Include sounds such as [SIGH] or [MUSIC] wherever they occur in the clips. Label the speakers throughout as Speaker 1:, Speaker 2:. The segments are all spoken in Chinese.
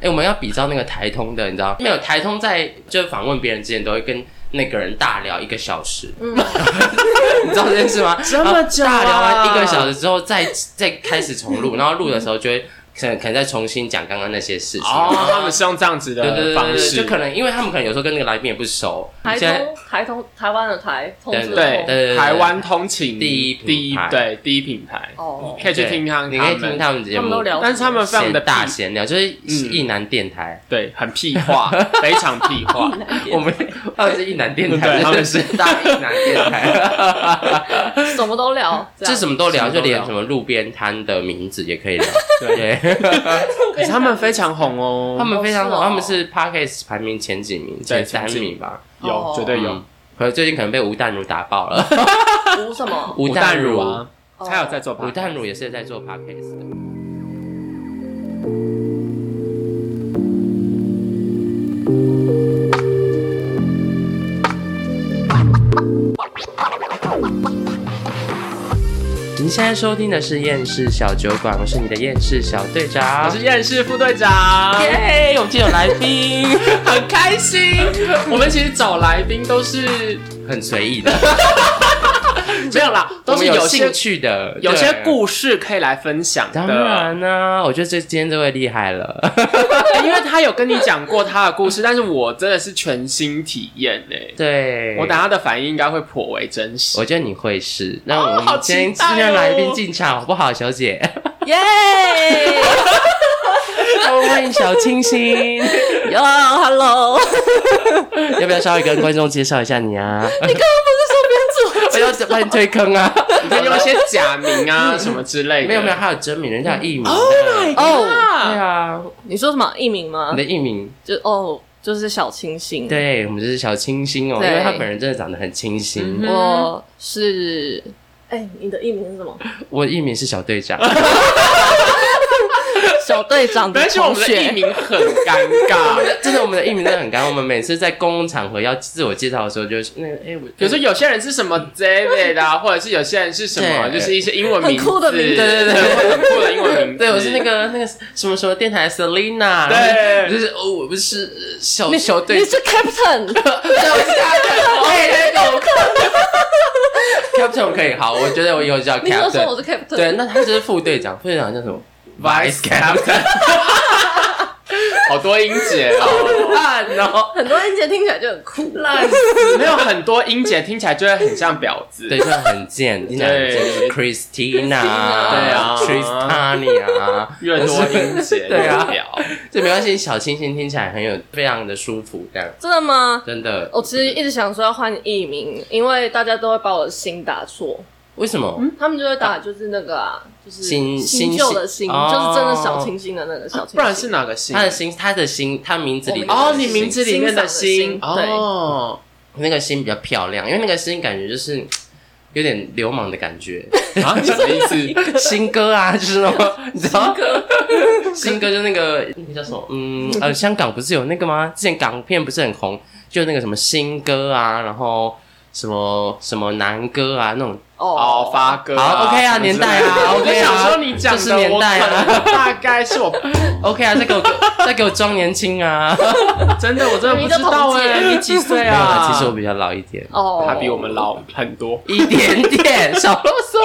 Speaker 1: 哎、我们要比照那个台通的，你知道没有？台通在就是访问别人之前都会跟那个人大聊一个小时，
Speaker 2: 嗯
Speaker 1: [LAUGHS] 你知道这件事吗？
Speaker 3: 这么久
Speaker 1: 然后
Speaker 3: 啊
Speaker 1: 大聊完一个小时之后再，再开始重录，然后录的时候就会可能可能再重新讲刚刚那些事情。
Speaker 3: 哦，他们是用这样子
Speaker 1: 对对
Speaker 3: 的
Speaker 1: 对对
Speaker 3: 方
Speaker 1: 对，
Speaker 3: 式，
Speaker 1: 就可能因为他们可能有时候跟那个来宾也不熟，
Speaker 2: 台
Speaker 1: 现在
Speaker 2: 通台通台湾的台通知的
Speaker 3: 对
Speaker 1: 对对对
Speaker 3: 台湾通勤
Speaker 1: 第一品牌
Speaker 3: 第一对第一品牌，
Speaker 2: 哦，
Speaker 3: 可以去
Speaker 1: 对
Speaker 3: 听他
Speaker 1: 你可以
Speaker 3: 们
Speaker 1: 听他们节目，
Speaker 2: 他们都聊，
Speaker 3: 但是他们非常嗯的
Speaker 1: 闲大
Speaker 3: 屁
Speaker 1: 闲聊，就是一男电台，
Speaker 3: 对很屁话， [LAUGHS] 非常屁话。
Speaker 1: 我们他们是一男电台，
Speaker 3: 对他们
Speaker 1: 是 [LAUGHS] 大一男电台，
Speaker 2: 哦什么都聊，
Speaker 1: 就什么都聊，
Speaker 3: 啊什么
Speaker 1: 就
Speaker 3: 都聊
Speaker 1: 连什么路边摊的名字也可以 [LAUGHS] 聊。
Speaker 3: 对， [LAUGHS]
Speaker 1: 对，
Speaker 3: 可是他们非常红哦，
Speaker 1: 他们非常好，
Speaker 2: 哦是哦
Speaker 1: 他们是 Parkes 排名前几名，
Speaker 3: 对
Speaker 1: 前三
Speaker 3: 前几
Speaker 1: 名吧。
Speaker 3: 有
Speaker 2: 哦
Speaker 3: 绝对有
Speaker 1: 嗯，可是最近可能被吴淡如打爆了。
Speaker 2: 这样无什
Speaker 1: [LAUGHS]
Speaker 2: 么，
Speaker 1: 吴
Speaker 3: 淡
Speaker 1: 淡如，
Speaker 3: 啊，
Speaker 2: 哦
Speaker 3: 他有在做吧
Speaker 1: 吴淡如也是在做 Parkes 的。您现在收听的是《厌世小酒馆》，我是你的厌世小队长，
Speaker 3: 我是厌世副队长，
Speaker 1: 耶，我们今天有来宾，
Speaker 3: [LAUGHS] 很开心。我们其实找来宾都是
Speaker 1: 很随意的，
Speaker 3: 没有啦，
Speaker 1: 我
Speaker 3: 都
Speaker 1: 们
Speaker 3: 是
Speaker 1: 有
Speaker 3: 些
Speaker 1: 兴趣的，
Speaker 3: 有些
Speaker 1: 对。
Speaker 3: 故事可以来分享
Speaker 1: 当
Speaker 3: 的，
Speaker 1: 然呢、啊我觉得这今天这位厉害了，
Speaker 3: 因为他有跟你讲过他的故事，但是我真的是全新体验哎。
Speaker 1: 对，
Speaker 3: 我等他的反应应该会颇为真实
Speaker 1: 我。觉得你会是。那
Speaker 3: 哦
Speaker 1: 我们今天
Speaker 3: 好期待哦
Speaker 1: 今天来宾进场好不好，小姐？
Speaker 2: 耶，
Speaker 1: 欢迎小清新，
Speaker 2: 哟，Hello，
Speaker 1: [LAUGHS]
Speaker 2: [LAUGHS]
Speaker 1: 要不要稍微跟观众介绍一下你啊？
Speaker 2: 你刚刚不是说
Speaker 1: 我要把你推坑啊！
Speaker 3: 你可以用一些假名啊什么之类的。
Speaker 1: 嗯没有没有，哦还有真名，人家有艺名。
Speaker 3: ，Oh my god！
Speaker 1: 对啊，
Speaker 2: 你说什么艺名吗
Speaker 1: 你？的艺名，
Speaker 2: 就哦，就是小清新，，
Speaker 1: 对我们就是小清新哦，因
Speaker 2: 对
Speaker 1: 为他本人真的长得很清新。
Speaker 3: 嗯
Speaker 2: 我是，哎，你的艺名是什么？
Speaker 1: 我艺名是小队长，
Speaker 2: 小队长的
Speaker 3: 但是我
Speaker 2: 同
Speaker 3: 们的艺
Speaker 2: 学，
Speaker 3: 名很尴尬。
Speaker 1: 真的我们的艺名真的很干。我们每次在公共场合要自我介绍的时候，就是那个哎，我
Speaker 3: 比如说有些人是什么 David 啊，或者是有些人是什么，
Speaker 1: 对
Speaker 3: 就是一些英文名字，
Speaker 2: 很酷的名字
Speaker 3: 对对对，很酷的英文名字。
Speaker 1: 对，我是那个那个什么什么电台 Selina，
Speaker 3: 对
Speaker 1: 我就是哦，我不是呃小
Speaker 2: 你
Speaker 1: 小队
Speaker 2: 你，是 Captain，
Speaker 1: 对，我是 Captain，哎，那个 Captain 可以，好，我觉得我以后叫
Speaker 2: 你说说
Speaker 1: Captain，
Speaker 2: 我是 Captain，
Speaker 1: 对，那他就是副队长，副队长叫什么
Speaker 3: Vice Captain，好多音节哦，
Speaker 1: 烂哦，
Speaker 2: 很多音节听起来就很酷，烂
Speaker 3: 没有很多音节，听起来就会很像婊子。
Speaker 1: 对，就很贱，听起来很贱，就是 Christina，对
Speaker 3: 啊
Speaker 1: ，Tristania 啊，
Speaker 3: 越多音节
Speaker 1: 对啊
Speaker 3: 越婊。
Speaker 1: [LAUGHS] 这没关系，小清新听起来很有，非常的舒服，这样
Speaker 2: 真的吗？
Speaker 1: 真的，
Speaker 2: 我其实一直想说要换艺名，因为大家都会把我的心打错，
Speaker 1: 为什么？
Speaker 3: 嗯
Speaker 2: 他们就会打就是那个啊，就是
Speaker 1: 新
Speaker 2: 新旧的
Speaker 1: 新
Speaker 2: 新，
Speaker 1: 哦
Speaker 2: 就是真的小清新的那个小清新，
Speaker 3: 啊不然是哪个姓
Speaker 1: 他？的心，他的心，他名字里的
Speaker 3: 哦，
Speaker 1: 心
Speaker 3: 你名字里面的
Speaker 2: 欣赏的欣
Speaker 3: 哦，
Speaker 1: 那个心比较漂亮，因为那个心感觉就是有点流氓的感觉。 [LAUGHS]
Speaker 3: 啊，什么意 [LAUGHS] 思？
Speaker 1: 新歌啊， [LAUGHS] 就是那种你知道， [LAUGHS] 新歌就那个那叫什么？嗯呃，香港不是有那个吗？之前港片不是很红，就那个什么新歌啊，然后什么什么男歌啊那种。
Speaker 3: 哦，发哥啊，
Speaker 1: 好，OK 啊
Speaker 3: 什么之类的
Speaker 1: 年代啊
Speaker 3: [LAUGHS] 我就
Speaker 1: OK 啊
Speaker 3: 想说你讲
Speaker 1: 就
Speaker 3: 的
Speaker 1: 是年代啊
Speaker 3: 我可能大概是我 [LAUGHS]
Speaker 1: OK 啊，再给我再给我装年轻啊！
Speaker 3: 真的，我真的不知道哎，
Speaker 2: 你的同届
Speaker 3: 你几岁
Speaker 1: 没有啦
Speaker 3: 啊？
Speaker 1: 其实我比较老一点，
Speaker 2: 哦，
Speaker 3: 他比我们老很多。
Speaker 1: 一点
Speaker 2: [LAUGHS]
Speaker 1: 点，少啰嗦，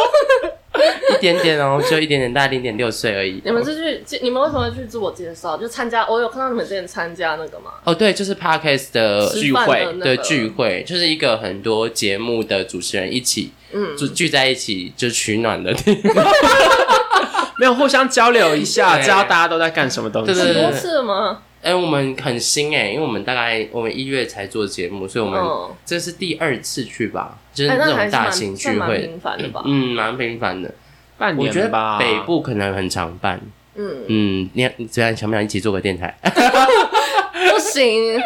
Speaker 1: [LAUGHS] 一点点哦，就一点点，大概零点六岁而已。
Speaker 2: 你们是去介你们为什么去自我介绍？就参加，我有看到你们之前参加那个嘛，
Speaker 1: 哦，对，就是 Parkes 的
Speaker 3: 是
Speaker 2: 吃饭的
Speaker 3: 聚会
Speaker 2: 那
Speaker 1: 的
Speaker 2: 个
Speaker 1: 聚，会，就是一个很多节目的主持人一起
Speaker 2: 嗯，
Speaker 1: 就聚在一起就取暖的 [LAUGHS] 地方。
Speaker 3: 没有互相交流一下，
Speaker 1: 对
Speaker 3: 知道大家都在干什么东西。
Speaker 1: 对对
Speaker 2: 很
Speaker 1: 对
Speaker 2: 多次了吗？
Speaker 1: 哎、我们很新哎、因为我们大概我们一月才做节目，所以我们
Speaker 2: 嗯
Speaker 1: 这是第二次去吧，就是
Speaker 2: 哎，那
Speaker 1: 那
Speaker 2: 还
Speaker 1: 种
Speaker 2: 是
Speaker 1: 大
Speaker 2: 蛮
Speaker 1: 型
Speaker 2: 算
Speaker 1: 聚
Speaker 2: 蛮
Speaker 1: 会，
Speaker 2: 频繁的吧？
Speaker 1: 嗯，蛮频繁的。
Speaker 3: 半
Speaker 1: 我觉
Speaker 3: 年
Speaker 1: 得
Speaker 3: 吧，
Speaker 1: 北部可能很常办，
Speaker 2: 嗯，
Speaker 1: 嗯，你你这样想不想一起做个电台？
Speaker 2: 不行，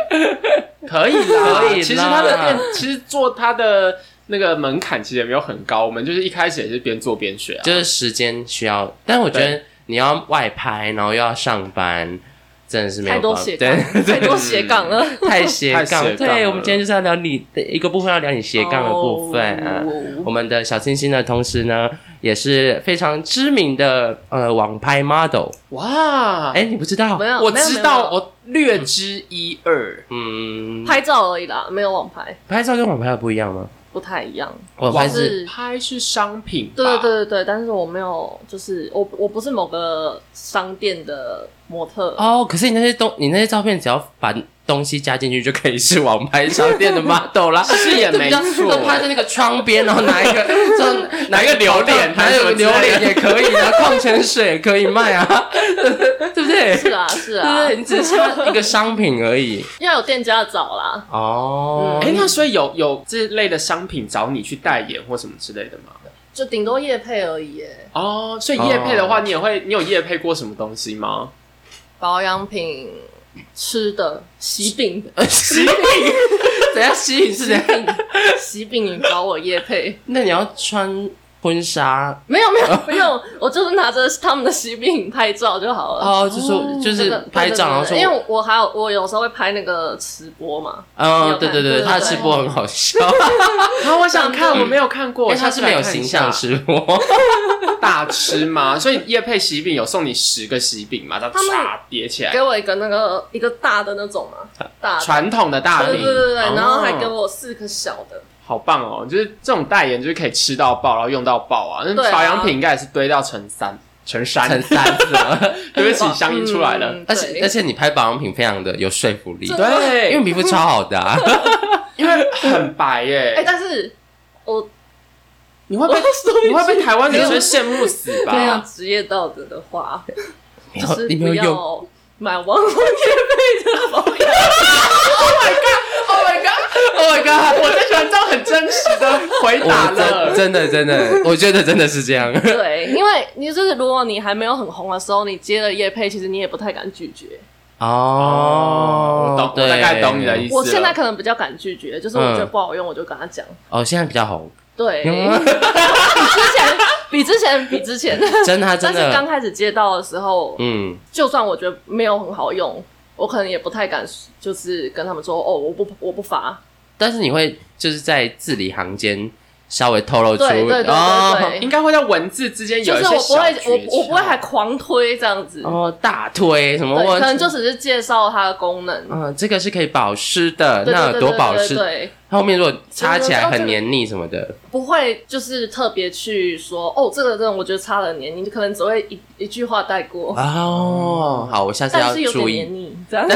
Speaker 3: 可以啦，
Speaker 1: 可以啦
Speaker 3: 其实他的店，其实做他的那个门槛其实也没有很高，我们就是一开始也是边做边学啊。
Speaker 1: 就是时间需要，但我觉得你要外拍，然后又要上班，真的是没有
Speaker 2: 太多
Speaker 1: 办法
Speaker 2: 斜杠
Speaker 1: 对，，
Speaker 2: [LAUGHS] 太多斜杠了。
Speaker 3: [LAUGHS]
Speaker 1: 太斜
Speaker 3: 太
Speaker 1: 杠
Speaker 3: 斜。杠
Speaker 1: 对，
Speaker 3: 了
Speaker 1: 我们今天就是要聊你的一个部分，要聊你斜杠的部分啊。
Speaker 2: 哦
Speaker 1: 我们的小清新呢，同时呢也是非常知名的呃网拍 model。
Speaker 3: 哇，
Speaker 1: 哎，你不知道
Speaker 2: 没？有，
Speaker 3: 我
Speaker 2: 没有
Speaker 3: 知
Speaker 2: 没
Speaker 3: 道，
Speaker 2: 有
Speaker 3: 我略知一二。
Speaker 1: 嗯，
Speaker 2: 拍照而已啦，没有网拍，
Speaker 1: 拍照跟网拍有不一样吗？
Speaker 2: 不太一样。
Speaker 1: 网拍
Speaker 3: 网
Speaker 2: 拍是
Speaker 1: 是
Speaker 3: 拍是商品吧，
Speaker 2: 对对对对对，但是我没有，就是我我不是某个商店的模特，
Speaker 1: 哦，可是你那些东，你那些照片只要把东西加进去，就可以是网拍商店的 model 啦。
Speaker 3: 是也
Speaker 1: 对
Speaker 3: 没
Speaker 1: 比较都
Speaker 3: 错。
Speaker 1: 拍在那个窗边，然后拿一个，就
Speaker 3: 拿一个榴莲
Speaker 1: 拿一个榴莲也可以，拿矿泉水也可以卖啊，对不对？
Speaker 2: 是啊是啊，
Speaker 1: 对，你只是一个商品而已。
Speaker 2: 要有店家的找啦。
Speaker 1: 哦，
Speaker 3: 哎，那所以有有这类的商品找你去代言或什么之类的吗？
Speaker 2: 就顶多夜配而已耶，
Speaker 3: 哦，所以夜配的话，
Speaker 1: 哦
Speaker 3: 你也会，你有夜配过什么东西吗？
Speaker 2: 保养品、吃的、喜
Speaker 1: [LAUGHS]
Speaker 2: 饼、
Speaker 1: 吸引，等下吸引是怎样？
Speaker 2: 喜饼你找我夜
Speaker 1: [LAUGHS]
Speaker 2: 配，
Speaker 1: 那你要穿婚纱
Speaker 2: 没有没 [LAUGHS] 有没有，我就是拿着他们的喜饼拍照就好了。
Speaker 1: 哦，就是就是
Speaker 2: 真的
Speaker 1: 拍照，然后
Speaker 2: 对
Speaker 1: 说
Speaker 2: 对对对因为我还有我有时候会拍那个吃播嘛，
Speaker 1: 嗯，对对对，
Speaker 2: 对对
Speaker 1: 他的
Speaker 2: 对
Speaker 1: 直播很好笑，
Speaker 3: 啊，我想看，我没有看过，
Speaker 1: 因
Speaker 3: 我
Speaker 1: 为他
Speaker 3: 下
Speaker 1: 是
Speaker 3: 次
Speaker 1: 没有
Speaker 3: 来看一
Speaker 1: 形
Speaker 3: 下
Speaker 1: 象直播。
Speaker 3: 大吃吗？所以夜配喜饼有送你十个喜饼嘛，然后
Speaker 2: 他们
Speaker 3: 唰叠
Speaker 1: 啊
Speaker 3: 起来
Speaker 2: 给，我一个那个一个大的那种嘛，大的
Speaker 3: 传统的大
Speaker 2: 对
Speaker 3: 饼，
Speaker 2: 对对对，然后还给
Speaker 3: 哦
Speaker 2: 我四个小的，
Speaker 3: 好棒哦！就是这种代言，就是可以吃到爆，然后用到爆啊！那
Speaker 2: 对啊
Speaker 3: 保养品应该也是堆到成山，成山，
Speaker 1: 成三次
Speaker 2: [LAUGHS]
Speaker 1: 了，
Speaker 3: 对不起，乡音出来了
Speaker 2: 嗯。
Speaker 1: 而且而且你拍保养品非常的有说服力，
Speaker 2: 这
Speaker 3: 对，
Speaker 1: 因为皮肤超好的、
Speaker 2: [LAUGHS]
Speaker 1: 啊，
Speaker 3: 因为很白耶、
Speaker 2: 哎、但是我
Speaker 3: 你会
Speaker 2: 我
Speaker 3: 被
Speaker 2: 要说
Speaker 3: 你
Speaker 2: 一
Speaker 3: 会
Speaker 2: 句
Speaker 3: 被台湾女生羡慕死吧？
Speaker 2: 对啊，职业道德的话，
Speaker 1: 你
Speaker 2: 就
Speaker 1: 有
Speaker 2: 是
Speaker 1: 你啊
Speaker 2: 不
Speaker 1: 没有用，
Speaker 2: 要买网红夜配的保
Speaker 1: [LAUGHS]
Speaker 2: 养。
Speaker 3: Oh my god！Oh my god！我最喜欢这种很真实的回
Speaker 1: 我
Speaker 3: 答了。
Speaker 1: 真真的真的，
Speaker 2: [LAUGHS]
Speaker 1: 我觉得真的是这样。
Speaker 2: 对，因为你就是如果你还没有很红的时候，你接了夜配，其实你也不太敢拒绝。
Speaker 1: 哦，
Speaker 3: 我懂
Speaker 1: 对
Speaker 3: 我大概懂你
Speaker 1: 啊
Speaker 3: 的意思了
Speaker 2: 我现在可能比较敢拒绝，就是我觉得不好用，我就跟他讲。
Speaker 1: 哦，现在比较红，
Speaker 2: 对，
Speaker 1: 嗯
Speaker 2: 比之前比之前比之前，
Speaker 1: [LAUGHS] 真的他真
Speaker 2: 但是刚
Speaker 1: 的，
Speaker 2: 开始接到的时候，
Speaker 1: 嗯，
Speaker 2: 就算我觉得没有很好用，我可能也不太敢，就是跟他们说哦，我不我不发。
Speaker 1: 但是你会就是在字里行间稍微透露出，
Speaker 2: 对对对对
Speaker 1: 哦
Speaker 2: 对，
Speaker 3: 应该会在文字之间
Speaker 2: 就
Speaker 3: 有一
Speaker 2: 是
Speaker 3: 些
Speaker 2: 我不
Speaker 3: 小诀
Speaker 2: 会，我我不会
Speaker 3: 窍
Speaker 2: 还狂推这样子。
Speaker 1: 哦大推什么，
Speaker 2: 对，
Speaker 1: 我
Speaker 2: 可能就只是介绍它的功能。
Speaker 1: 嗯，这个是可以保湿的，
Speaker 2: 对
Speaker 1: 那
Speaker 2: 对
Speaker 1: 有
Speaker 2: 对
Speaker 1: 多
Speaker 2: 对
Speaker 1: 保
Speaker 2: 对
Speaker 1: 湿？
Speaker 2: 对，
Speaker 1: 后面如果擦起来
Speaker 2: 就是说这
Speaker 1: 很
Speaker 2: 个
Speaker 1: 黏腻什么的，
Speaker 2: 不会就是特别去说哦，这个真的我觉得差了点，你可能只会一一句话带过，
Speaker 1: 哦，好，我下啊次要
Speaker 2: 但是有点
Speaker 1: 注意
Speaker 2: 黏。腻，这样。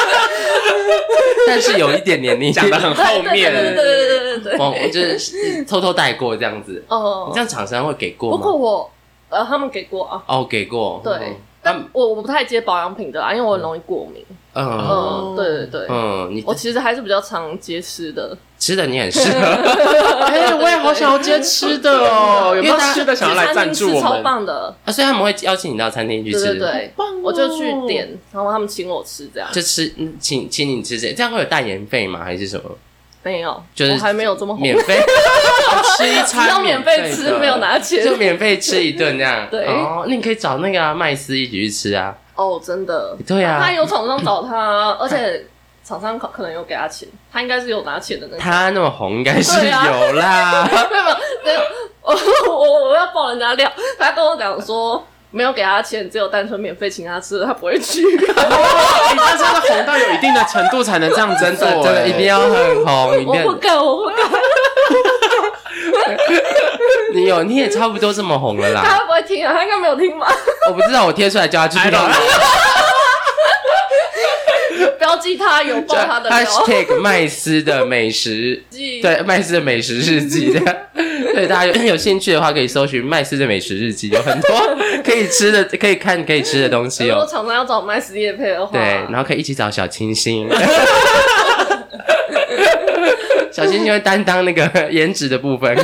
Speaker 2: [LAUGHS]
Speaker 1: 但是有一点黏腻，
Speaker 3: 讲的很后面。
Speaker 2: 对对对对对
Speaker 1: [LAUGHS]
Speaker 2: 对对。
Speaker 1: 我我就是偷偷带过这样子。
Speaker 2: 哦
Speaker 1: 你这，样厂商会给过
Speaker 2: 不
Speaker 1: 吗
Speaker 2: 过？我呃，他们给过啊，
Speaker 1: 哦，给过。
Speaker 2: 对
Speaker 1: 嗯，
Speaker 2: 但我我不太接保养品的啊，因为我很容易过敏。
Speaker 1: 嗯
Speaker 3: 哦
Speaker 2: 嗯，对对对，
Speaker 1: 嗯，你
Speaker 2: 我其实还是比较常接吃的，
Speaker 1: 吃的你
Speaker 2: [LAUGHS]
Speaker 1: 啊很适合，
Speaker 3: 哎、我也好想要接吃的哦，有
Speaker 1: 因
Speaker 3: 没有
Speaker 1: 为大家
Speaker 3: 吃的想要来赞助
Speaker 2: 去餐厅
Speaker 3: 我
Speaker 2: 吃超
Speaker 3: 们？
Speaker 2: 棒的，
Speaker 1: 啊所以他们会邀请你到餐厅去
Speaker 2: 对
Speaker 1: 吃。
Speaker 2: 对对，
Speaker 3: 棒哦
Speaker 2: 我就去点，然后他们请我吃这样。
Speaker 1: 就吃，嗯请请你吃这，这样会有代言费吗？还是什么？
Speaker 2: 没有，
Speaker 1: 就是
Speaker 2: 我还没有这么红，
Speaker 1: 免
Speaker 2: [LAUGHS]
Speaker 1: 费吃一
Speaker 2: 只有
Speaker 1: 餐，
Speaker 2: 哦免费吃，没有。拿钱。
Speaker 1: 就免费吃一顿这样，
Speaker 2: [LAUGHS] 对
Speaker 1: 哦，那你可以找那个啊麦斯一起去吃啊，
Speaker 2: 哦，真的，
Speaker 1: 对啊
Speaker 2: 他有厂商找他，而且厂商可可能有给他钱，他应该是有拿钱的那种。
Speaker 1: 他那么红应该是
Speaker 2: 对啊
Speaker 1: 有啦，
Speaker 2: [LAUGHS] 没有没有，没有我我我要爆人家料，他跟我讲说没有给他钱，只有单纯免费请他吃，他不会去。
Speaker 3: 你这真的红到有一定的程度才能这样哎
Speaker 1: 真
Speaker 3: 真
Speaker 1: 的真的一定要很红，一定
Speaker 2: [LAUGHS] 我
Speaker 1: 要
Speaker 2: 不敢，我不敢，
Speaker 1: 你有，你也差不多这么红了啦。
Speaker 2: 他不会听啊，他应该没有听吧？
Speaker 1: 我不知道，我贴出来叫他去
Speaker 3: I don't
Speaker 2: [LAUGHS] 标记他有爆他的料。
Speaker 1: hashtag 麦斯的美食，
Speaker 2: 记
Speaker 1: 对，麦斯的美食日
Speaker 2: [LAUGHS]
Speaker 1: 记的。对，大家有有兴趣的话，可以搜寻麦斯的美食日记，有很多可以吃的、可以看、可以吃的东西
Speaker 2: [LAUGHS] 如果
Speaker 1: 哦。
Speaker 2: 厂商要找麦斯叶配的话，
Speaker 1: 对，然后可以一起找小清
Speaker 2: [LAUGHS]
Speaker 1: 新。小清新会担当那个颜值的部分，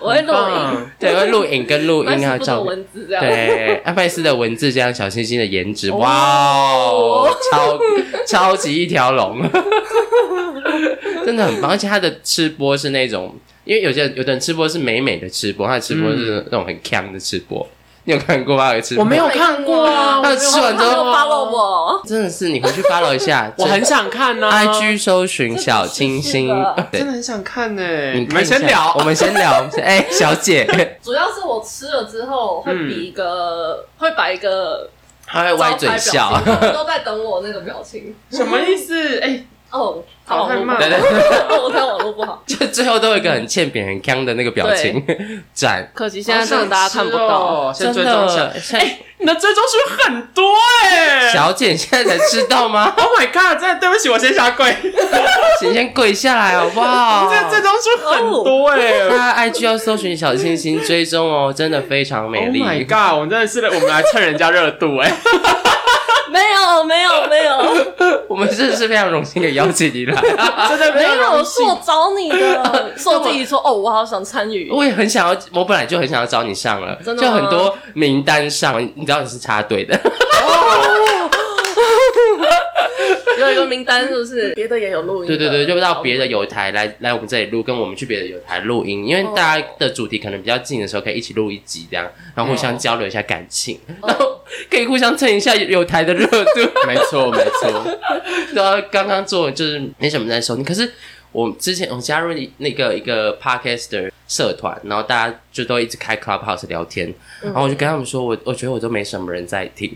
Speaker 2: 我会录音，
Speaker 3: 棒，
Speaker 1: 对，会录影跟录
Speaker 2: 麦
Speaker 1: 音啊，
Speaker 2: 斯不
Speaker 1: 照
Speaker 2: 懂
Speaker 1: 片。
Speaker 2: 文字这样。
Speaker 1: 对，艾麦斯的文字加上小星星的颜值，哇哦
Speaker 2: 哦，
Speaker 1: 超超级一条龙， [LAUGHS] 真的很棒。而且他的吃播是那种，因为有些人有的人吃播是美美的吃播，他的吃播是那种很强的吃播。你有看过巴尔吃吗？
Speaker 3: 我没有看过啊，
Speaker 1: 他
Speaker 3: 我
Speaker 1: 吃完之
Speaker 2: 他
Speaker 1: 后
Speaker 2: 没有 follow 我，
Speaker 1: 真的是你回去 follow 一下，
Speaker 3: [LAUGHS] 我很啊想看
Speaker 1: 啊
Speaker 3: 呢、
Speaker 1: IG 搜寻小清新
Speaker 2: 这不是的，
Speaker 1: 对
Speaker 3: 真，的很想看哦呢、
Speaker 1: 你
Speaker 3: 你
Speaker 1: 看
Speaker 3: 们
Speaker 1: 一下
Speaker 3: 先聊，
Speaker 1: 我们先聊。我们先 [LAUGHS] 哎，小
Speaker 3: [LAUGHS]
Speaker 1: 姐，
Speaker 2: 主要是我吃了之后会比一个、会摆一个
Speaker 1: 她会嗯歪嘴笑
Speaker 2: 招。牌表情，都在等我那个表情。
Speaker 3: 什么意思？哎、
Speaker 2: 哦，他
Speaker 3: 好
Speaker 2: 网
Speaker 3: 太
Speaker 2: 络不
Speaker 3: 慢
Speaker 2: 好
Speaker 1: 对对，
Speaker 2: 我看网络不好。
Speaker 1: [LAUGHS] 就最后都有一个很欠扁、很呛的那个表情 [LAUGHS] 展。
Speaker 2: [LAUGHS] 可惜
Speaker 3: 好想吃哦，先
Speaker 1: 真
Speaker 3: 追踪一下
Speaker 1: 的，。哎，
Speaker 3: 你的追踪数很多哎、
Speaker 1: 小姐，你现在才知道吗？
Speaker 3: Oh my god！真的对不起，我先下跪。
Speaker 1: 哦请先跪下来好不好？
Speaker 3: [LAUGHS] 这这东西很多哎、
Speaker 1: 大家 IG 要搜寻小清新追踪哦，真的非常美
Speaker 3: Oh
Speaker 1: 丽。
Speaker 3: my god！我们真的是，我们来蹭人家热
Speaker 1: [LAUGHS]
Speaker 3: 度哎、 [LAUGHS]
Speaker 2: 没有没有没有
Speaker 1: 我们真的是非常荣幸的邀请你
Speaker 3: [LAUGHS]
Speaker 1: 来，
Speaker 3: 真的
Speaker 2: 没有，
Speaker 3: 荣
Speaker 2: 是
Speaker 3: 幸。
Speaker 2: 我找你的，
Speaker 1: [LAUGHS]
Speaker 2: 是我自己说哦，我好想参与。
Speaker 1: 我也很想要，我本来就很想要找你上了，
Speaker 2: 真的
Speaker 1: 就
Speaker 2: 吗
Speaker 1: 很多名单上，你知道你是插队的，
Speaker 2: 有一个名单是不是？别的也有录音。
Speaker 1: 对对对，就到别的友台来来我们这里录，跟我们去别的友台录音，因
Speaker 2: 哦
Speaker 1: 为大家的主题可能比较近的时候，可以一起录一集这样，然后互相交流一下感情，
Speaker 2: 哦
Speaker 1: 然后可以互相蹭一下友台的热度。
Speaker 3: [LAUGHS] 没错，没错。
Speaker 1: [LAUGHS] 对啊，刚刚做就是没什么在收听，可是我之前我加入那个一个 podcaster 社团，然后大家就都一直开 clubhouse 聊天，
Speaker 2: 嗯
Speaker 1: 然后我就跟他们说，我我觉得我都没什么人在听，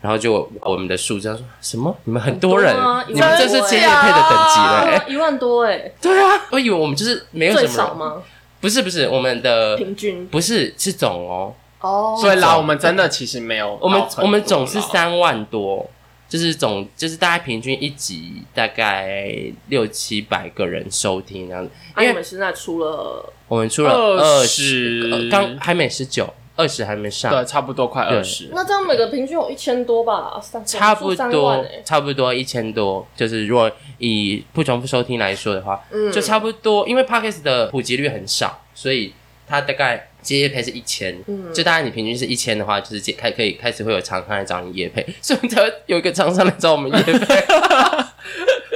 Speaker 1: 然后就我我们的数这样说什么？你们很多人，
Speaker 2: 很多啊
Speaker 1: 你们这是接业配的等级了、欸
Speaker 2: 啊，一万多哎，
Speaker 1: 对啊，我以为我们就是没有什
Speaker 2: 最
Speaker 1: 么
Speaker 2: 少
Speaker 1: 人，
Speaker 2: 吗？
Speaker 1: 不是不是，我们的
Speaker 2: 平均
Speaker 1: 不是是总哦，
Speaker 2: 哦，
Speaker 3: 所以啦，我们真的其实没有到
Speaker 1: 我
Speaker 3: 很多
Speaker 1: 们
Speaker 3: 啦，
Speaker 2: 啊
Speaker 1: 我们总是三万多，就是总就是大概平均一集大概六七百个人收听这样子，
Speaker 2: 啊
Speaker 1: 因为
Speaker 2: 你们现在出了
Speaker 1: 我们出了
Speaker 3: 二
Speaker 1: 二
Speaker 3: 十
Speaker 1: 十，，呃刚还没十九，二十还没上，
Speaker 3: 对，差不多快
Speaker 1: 对
Speaker 3: 二十。
Speaker 2: 那这样每个平均有一千多吧，三
Speaker 1: 差不
Speaker 2: 三万
Speaker 1: 多
Speaker 2: 欸
Speaker 1: 差不多一千多，就是如果以不重复收听来说的话，
Speaker 2: 嗯
Speaker 1: 就差不多，因为 podcast 的普及率很少，所以它大概接业配是一千、
Speaker 2: 嗯
Speaker 1: 就大概你平均是一千的话，就是接开可以开始会有厂商来找你业配， [LAUGHS] 所以我们才会有一个厂商来找我们
Speaker 2: [LAUGHS]
Speaker 1: 业配，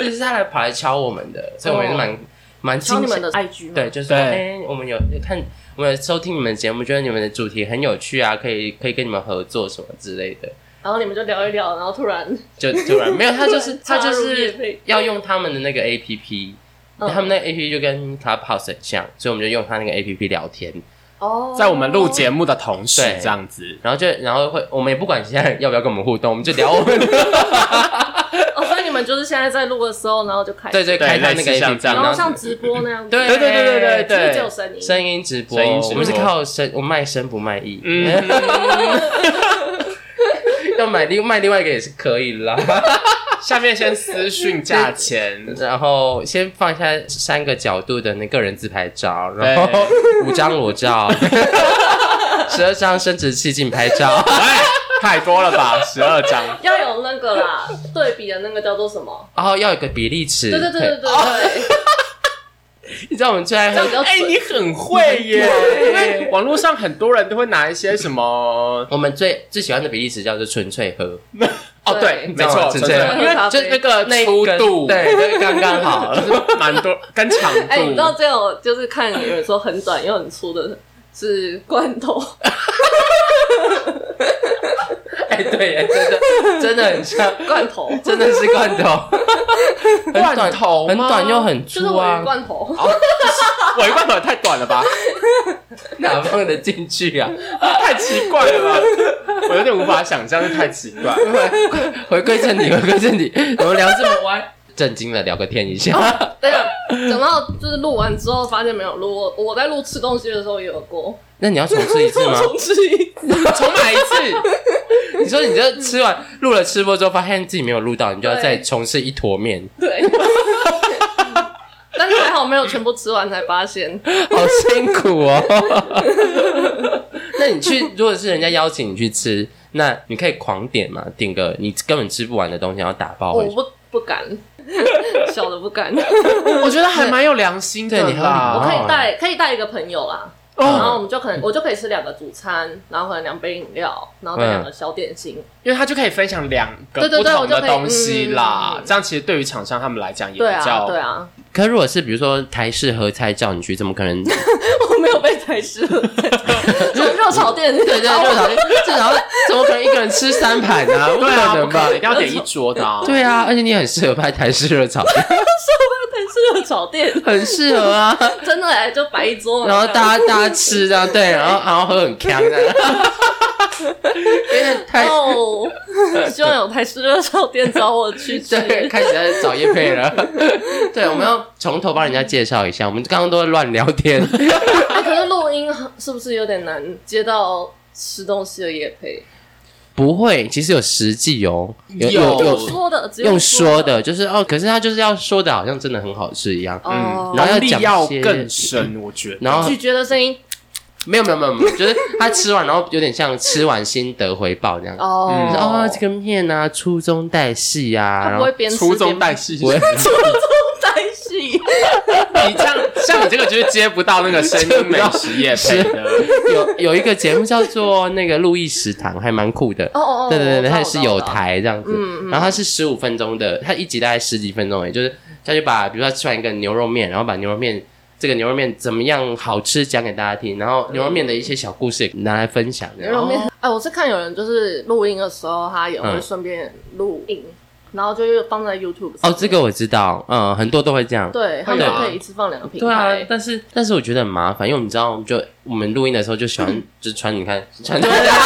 Speaker 1: 就是他来跑来敲我们的，所以我们也是蛮蛮
Speaker 2: 敲你
Speaker 1: 惊喜
Speaker 2: 们的 IG 吗
Speaker 1: 对，，就是说，
Speaker 3: 嗯对
Speaker 1: 哎、我们有看，我们有收听你们的节目，觉得你们的主题很有趣啊，可以可以跟你们合作什么之类的。
Speaker 2: 然后你们就聊一聊，然后突然
Speaker 1: 就
Speaker 3: [LAUGHS]
Speaker 1: 突然没有，他就是他就
Speaker 2: 插入业
Speaker 1: 是
Speaker 2: 配
Speaker 1: 要用他们的那个 A P P，、
Speaker 2: 嗯
Speaker 1: [LAUGHS] 他们那个 A P P 就跟 Clubhouse 很像，所以我们就用他那个 A P P 聊天，
Speaker 2: 哦，
Speaker 3: 在我们录节目的同时
Speaker 1: 对，
Speaker 3: 这样子。
Speaker 1: 然后就然后会我们也不管现在要不要跟我们互动，我们就聊我们
Speaker 3: [LAUGHS]
Speaker 1: 的
Speaker 2: 哦，所以你们就是现在在录的时候，然后就开始
Speaker 1: 对对
Speaker 3: 对
Speaker 1: 开他那个
Speaker 3: 类
Speaker 1: A P
Speaker 3: 似像
Speaker 1: P，
Speaker 3: 这样
Speaker 2: 然后
Speaker 1: 然后
Speaker 2: 像直播那样子，
Speaker 1: 对
Speaker 3: 对对对对
Speaker 2: 只是
Speaker 3: 对
Speaker 2: 只有
Speaker 3: 对，
Speaker 2: 声音，
Speaker 1: 声音直播，
Speaker 3: 声音直播
Speaker 1: 我们是靠声，我卖身不卖艺，
Speaker 3: 嗯，
Speaker 1: [LAUGHS] 要买另卖另外一个也是可以啦。
Speaker 3: 下面先私讯价
Speaker 1: [LAUGHS]
Speaker 3: 钱，
Speaker 1: 然后先放下三个角度的那个人自拍照，
Speaker 3: 对
Speaker 1: 然后五张裸
Speaker 3: [LAUGHS]
Speaker 1: 照，十二张生殖器镜拍照，
Speaker 3: 哎，太多了吧，十二张。
Speaker 2: 要有那个啦，对比的那个叫做什么？
Speaker 1: 然后要有个比例尺。
Speaker 2: 对对对对对对，
Speaker 1: 你知道我们最爱
Speaker 2: 这样
Speaker 1: 喝
Speaker 2: 比，较
Speaker 3: 哎、
Speaker 2: 准。
Speaker 3: 你很会耶！因为网络上很多人都会拿一些什么
Speaker 1: 我们最最喜欢的比例尺叫做纯粹喝，
Speaker 3: 哦，对，
Speaker 1: 你知
Speaker 3: 没
Speaker 1: 道吗
Speaker 3: 错，
Speaker 1: 纯
Speaker 3: 纯
Speaker 1: 粹
Speaker 3: 粹
Speaker 1: 喝
Speaker 3: 因为就那个
Speaker 1: 那
Speaker 3: 粗
Speaker 1: 个
Speaker 3: 度，
Speaker 1: 对，就刚刚好。
Speaker 3: 就是蛮多跟长
Speaker 2: 哎、你知道
Speaker 3: 度，
Speaker 2: 这种就是看有人说很短又很粗的是罐头，
Speaker 1: [LAUGHS] 哎，对耶，真的真的很像，
Speaker 2: 罐头
Speaker 1: 真的是罐头，很短
Speaker 3: 罐头
Speaker 1: 很
Speaker 3: 吗
Speaker 1: 短又很
Speaker 2: 就是
Speaker 1: 粗
Speaker 2: 我
Speaker 1: 啊
Speaker 2: 鱼，罐头，
Speaker 3: 尾罐头也太短了吧，
Speaker 1: 哪放得进去啊？
Speaker 3: 太奇怪了吧，我有点无法想象，这太奇怪。
Speaker 1: 回归正题，回归正题，我们聊这么歪，震惊的聊个天一下。
Speaker 2: 对啊，等到就是录完之后发现没有录，我我在录吃东西的时候也有过，
Speaker 1: 那你要重吃一次吗？
Speaker 2: 重吃一次
Speaker 3: 重来一次，
Speaker 1: 你说你这吃完录了吃播之后，发现自己没有录到，你就要再重吃一坨面，
Speaker 2: [LAUGHS]
Speaker 1: [LAUGHS]
Speaker 2: 对。但是还好没有全部吃完才发现，
Speaker 1: 好辛苦哦。 [LAUGHS] 那你去，如果是人家邀请你去吃，那你可以狂点嘛，点个你根本吃不完的东西，然后打包回
Speaker 2: 我
Speaker 1: 去。
Speaker 2: 不不敢， [LAUGHS] 小
Speaker 1: 哦
Speaker 2: 的不敢，
Speaker 3: 我觉得还蛮有良心的
Speaker 1: 对你很
Speaker 3: 啦
Speaker 2: 我
Speaker 1: 好
Speaker 2: 可以带可以带一个朋友啦，然后我
Speaker 3: 哦，
Speaker 2: 们就可能我就可以吃两个主餐，然后可能两杯饮料，然后再
Speaker 1: 嗯
Speaker 2: 两个小点心。
Speaker 3: 因为他就可以分享两个
Speaker 2: 对对
Speaker 3: 不
Speaker 2: 对
Speaker 3: 同
Speaker 2: 我
Speaker 3: 的
Speaker 2: 就可以
Speaker 3: 东西啦，
Speaker 2: 嗯嗯嗯
Speaker 3: 这样其实对于厂商他们来讲也
Speaker 2: 对
Speaker 3: 比
Speaker 2: 啊，
Speaker 3: 较
Speaker 2: 对啊，
Speaker 1: 可如果是比如说台式合菜叫你去，怎么可能？对
Speaker 2: 我没有被台式
Speaker 1: [LAUGHS]
Speaker 2: 了，就是热炒店。对
Speaker 1: 对，就好像至少怎么可能一个人吃三盘呢、不
Speaker 3: [LAUGHS] 对啊，
Speaker 1: 可
Speaker 3: 不
Speaker 1: 能吧
Speaker 3: 可？能要点一桌的、啊，
Speaker 1: 对啊，而且你很适合拍台式热炒，
Speaker 2: 台式热炒店
Speaker 1: 很适合啊。
Speaker 2: 真的哎，就摆一桌，
Speaker 1: 然后大家大家吃这样对，然后然后喝很香的，因为太
Speaker 2: 哦，希望有台式热炒店找我去吃。
Speaker 1: [LAUGHS] 对，开始在找叶配了。对，我们要从头帮人家介绍一下，我们刚刚都在乱聊天。
Speaker 2: 哎，可是录音是不是有点难接到吃东西的夜配？
Speaker 1: 不会，其实有实际哦，有
Speaker 3: 有
Speaker 1: 有
Speaker 2: 说的，只有
Speaker 1: 用说
Speaker 2: 说
Speaker 1: 的，就是哦，可是他就是要说的好像真的很好吃一样。
Speaker 2: 哦，
Speaker 1: 然后要
Speaker 3: 功力
Speaker 1: 讲
Speaker 3: 嗯要嗯
Speaker 1: 些
Speaker 3: 更深，我觉得。
Speaker 1: 然后
Speaker 2: 咀嚼的声音
Speaker 1: 没有没有没有，没有，就是他吃完，然后有点像吃完心得回报这样。哦，
Speaker 3: 嗯
Speaker 2: 哦，
Speaker 1: 这个面啊，粗中带细啊，
Speaker 2: 他
Speaker 1: 然
Speaker 2: 不
Speaker 1: 后
Speaker 2: 会边吃
Speaker 3: 粗中
Speaker 2: 边
Speaker 3: 带细，
Speaker 1: 不会
Speaker 2: 带
Speaker 1: [LAUGHS]
Speaker 2: 戏，
Speaker 3: [LAUGHS] 你这样像你这个就是接不到那个声音美食业配的，
Speaker 1: 有有一个节目叫做那个路易食堂，还蛮酷的。
Speaker 2: 哦哦哦，
Speaker 1: 对对对
Speaker 2: 我知
Speaker 1: 对，
Speaker 2: 道
Speaker 1: 它也是有，台这样子，
Speaker 2: 嗯嗯
Speaker 1: 然后它是十五分钟的，它一集大概十几分钟而已，就是他就把比如说他吃完一个牛肉面，然后把牛肉面这个牛肉面怎么样好吃讲给大家听，然后牛肉面的一些小故事也拿来分享。这
Speaker 2: 然
Speaker 1: 样
Speaker 2: 后面，哎，我是看有人就是录音的时候，他也会
Speaker 1: 哦嗯
Speaker 2: 顺便录音，然后就是放在 YouTube
Speaker 1: 哦，
Speaker 2: 上面
Speaker 1: 这个我知道，嗯，很多都会这样。
Speaker 2: 对，他们
Speaker 1: 对啊
Speaker 2: 可以一次放两个平
Speaker 1: 对啊
Speaker 2: 台，，
Speaker 1: 但是但是我觉得很麻烦，因为你知道，就我们录音的时候就喜
Speaker 2: 嗯
Speaker 1: 欢就穿，你
Speaker 2: [LAUGHS]
Speaker 1: 看穿
Speaker 3: 对啊，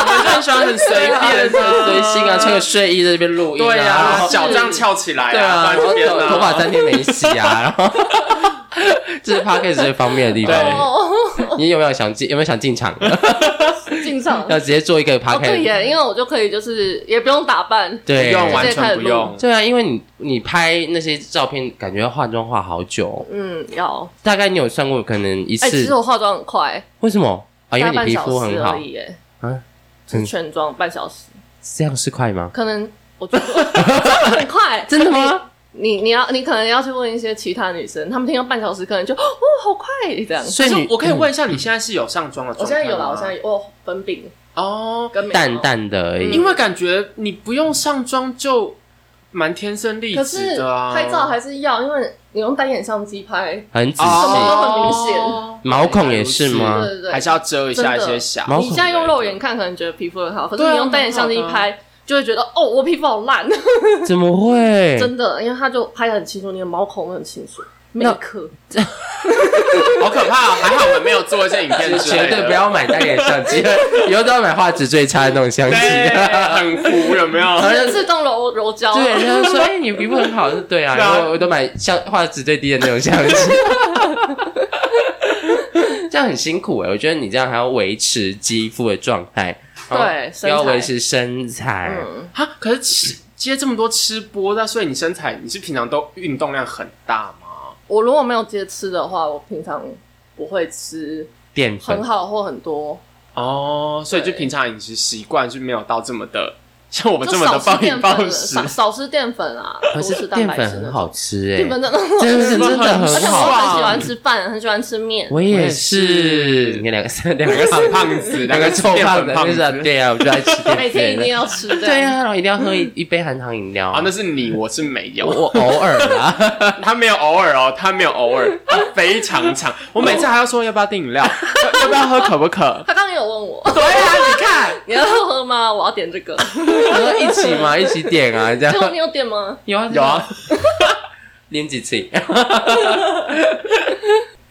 Speaker 3: 我们就很喜欢很随便
Speaker 1: 很
Speaker 3: 的
Speaker 1: 随性啊，穿个睡衣在这边录音、
Speaker 3: 对
Speaker 1: 然
Speaker 3: 啊，
Speaker 1: 后
Speaker 3: 脚这样翘起来，
Speaker 1: 对啊，
Speaker 3: 放
Speaker 1: 然后
Speaker 3: 在这边
Speaker 1: 头
Speaker 3: 啊
Speaker 1: 头发三天没洗啊， [LAUGHS] 然后这是 p o d c a s 最方便的地
Speaker 3: 对
Speaker 1: 方。
Speaker 2: 哦， [LAUGHS]
Speaker 1: 你有没有想进？有没有想进场？
Speaker 2: 进上，
Speaker 1: 要
Speaker 2: 哦
Speaker 1: 直接做一个 p o d c
Speaker 2: 对
Speaker 1: a s
Speaker 2: 耶，因为我就可以就是也不用打扮，
Speaker 3: 不
Speaker 1: 对，
Speaker 3: 用，
Speaker 2: 完
Speaker 3: 完全不用。
Speaker 1: 对啊，因为你你拍那些照片，感觉化妆化好久，哦
Speaker 2: 嗯，要，
Speaker 1: 大概你有算过可能一
Speaker 2: 哎，其
Speaker 1: 次
Speaker 2: 实？我化妆很快，
Speaker 1: 为什么啊？因
Speaker 2: 大
Speaker 1: 为
Speaker 2: 概
Speaker 1: 你
Speaker 2: 半
Speaker 1: 皮
Speaker 2: 小
Speaker 1: 肤
Speaker 2: 时
Speaker 1: 很好
Speaker 2: 而，已，哎，
Speaker 1: 啊
Speaker 2: 是
Speaker 1: 嗯
Speaker 2: 全妆半小时，
Speaker 1: 这样是快吗？
Speaker 2: 可能我
Speaker 1: [LAUGHS]
Speaker 2: 觉得很快，
Speaker 1: 真的吗？
Speaker 2: 你你要你可能要去问一些其他女生，她们听到半小时可能就哦好快这样。
Speaker 1: 所以
Speaker 3: 就
Speaker 1: 你嗯
Speaker 3: 我可以问一下，你现嗯在是有上妆的
Speaker 2: 我
Speaker 3: 状
Speaker 2: 现
Speaker 3: 态吗？
Speaker 2: 在有了，我现在有哦粉饼
Speaker 3: 哦，
Speaker 2: 跟眉毛
Speaker 1: 淡，淡的而已
Speaker 3: 因。为感觉你不用上妆就蛮天生丽
Speaker 2: 可
Speaker 3: 质
Speaker 2: 是
Speaker 3: 的啊。
Speaker 2: 拍照还是要，因为你用单眼相机拍，
Speaker 1: 很仔
Speaker 2: 什么
Speaker 1: 细，
Speaker 2: 都很明显
Speaker 3: 哦
Speaker 1: 毛孔也是吗
Speaker 2: 对对对
Speaker 3: 还是要遮一下一些瑕。
Speaker 1: 毛
Speaker 2: 你现在用肉眼看可能觉得皮肤很好，可是
Speaker 3: 对啊
Speaker 2: 你用单眼相机拍。就会觉得哦，我皮肤好
Speaker 1: [LAUGHS]
Speaker 2: 烂，
Speaker 1: 怎么会？
Speaker 2: 真的，因为他就拍的很清楚，你的毛孔很清楚，每一颗。
Speaker 3: 好可怕、哦！还好我们没有做一些影片之
Speaker 1: 绝
Speaker 3: 类的，
Speaker 1: 对不要买单眼相机，以后都要买画质最差的那种相机。
Speaker 3: 对，很糊有没有？
Speaker 1: 像
Speaker 2: 自动揉揉胶，啊
Speaker 1: 对，人家说：“哎，你皮肤很好。”对啊，
Speaker 3: 对啊
Speaker 1: 然后我都买像画质最低的那种相机。 [LAUGHS] 这样很辛苦哎、我觉得你这样还要维持肌肤的状态，然后
Speaker 2: 对身材
Speaker 1: 要维持身材，
Speaker 2: 嗯，
Speaker 3: 啊，可是吃接这么多吃播，那所以你身材，你是平常都运动量很大吗？
Speaker 2: 我如果没有接吃的话，我平常不会吃
Speaker 1: 淀粉
Speaker 2: 很好或很多，
Speaker 3: 哦，所以就
Speaker 2: 对
Speaker 3: 平常饮食习惯是没有到这么的，像我们
Speaker 2: 就
Speaker 3: 这么
Speaker 2: 少
Speaker 3: 的
Speaker 2: 吃
Speaker 3: 暴饮
Speaker 2: 淀粉
Speaker 3: 暴
Speaker 2: 了，
Speaker 3: 食
Speaker 2: 少，少吃淀粉啊，
Speaker 1: 可
Speaker 2: 多
Speaker 1: 是
Speaker 2: 吃蛋
Speaker 1: 淀
Speaker 2: 白
Speaker 1: 粉
Speaker 2: 质
Speaker 1: 很
Speaker 2: 那
Speaker 1: 好
Speaker 2: 种。
Speaker 1: 吃哎、
Speaker 2: 淀粉真的很好
Speaker 1: 真的
Speaker 2: 吃，
Speaker 1: 真的
Speaker 2: 而
Speaker 1: 很
Speaker 2: 且我很
Speaker 3: 爽
Speaker 1: 好啊
Speaker 2: 喜。欢吃饭，很喜欢吃面。
Speaker 1: 我也是，
Speaker 3: 是
Speaker 1: 你看两个两
Speaker 3: 两个
Speaker 1: 个
Speaker 3: 死胖子，
Speaker 1: [LAUGHS] 两个臭胖子，
Speaker 3: 胖
Speaker 1: 就是啊
Speaker 3: 子。
Speaker 1: 对啊，我就爱吃淀粉。
Speaker 2: 每天一定要吃的。
Speaker 1: 对啊，，然后一定要喝一一杯含糖饮料
Speaker 3: 啊，那是你，我是没
Speaker 1: [LAUGHS] 我
Speaker 3: 有，
Speaker 1: 我偶尔啊啦，
Speaker 3: [LAUGHS] 他没有偶尔哦，他没有偶尔，他非常长。我每次还要说要不要订饮料，要要不要喝可不可？
Speaker 2: 他刚刚有问我，
Speaker 3: 对啊，你看，
Speaker 2: [LAUGHS] 你要喝吗？我要点这个。
Speaker 1: 我说一起嘛，一起点啊，这 [LAUGHS]
Speaker 2: 结果你
Speaker 1: 样
Speaker 2: 有点吗？
Speaker 1: 有啊
Speaker 3: 有啊，
Speaker 1: 连几次。 [LAUGHS]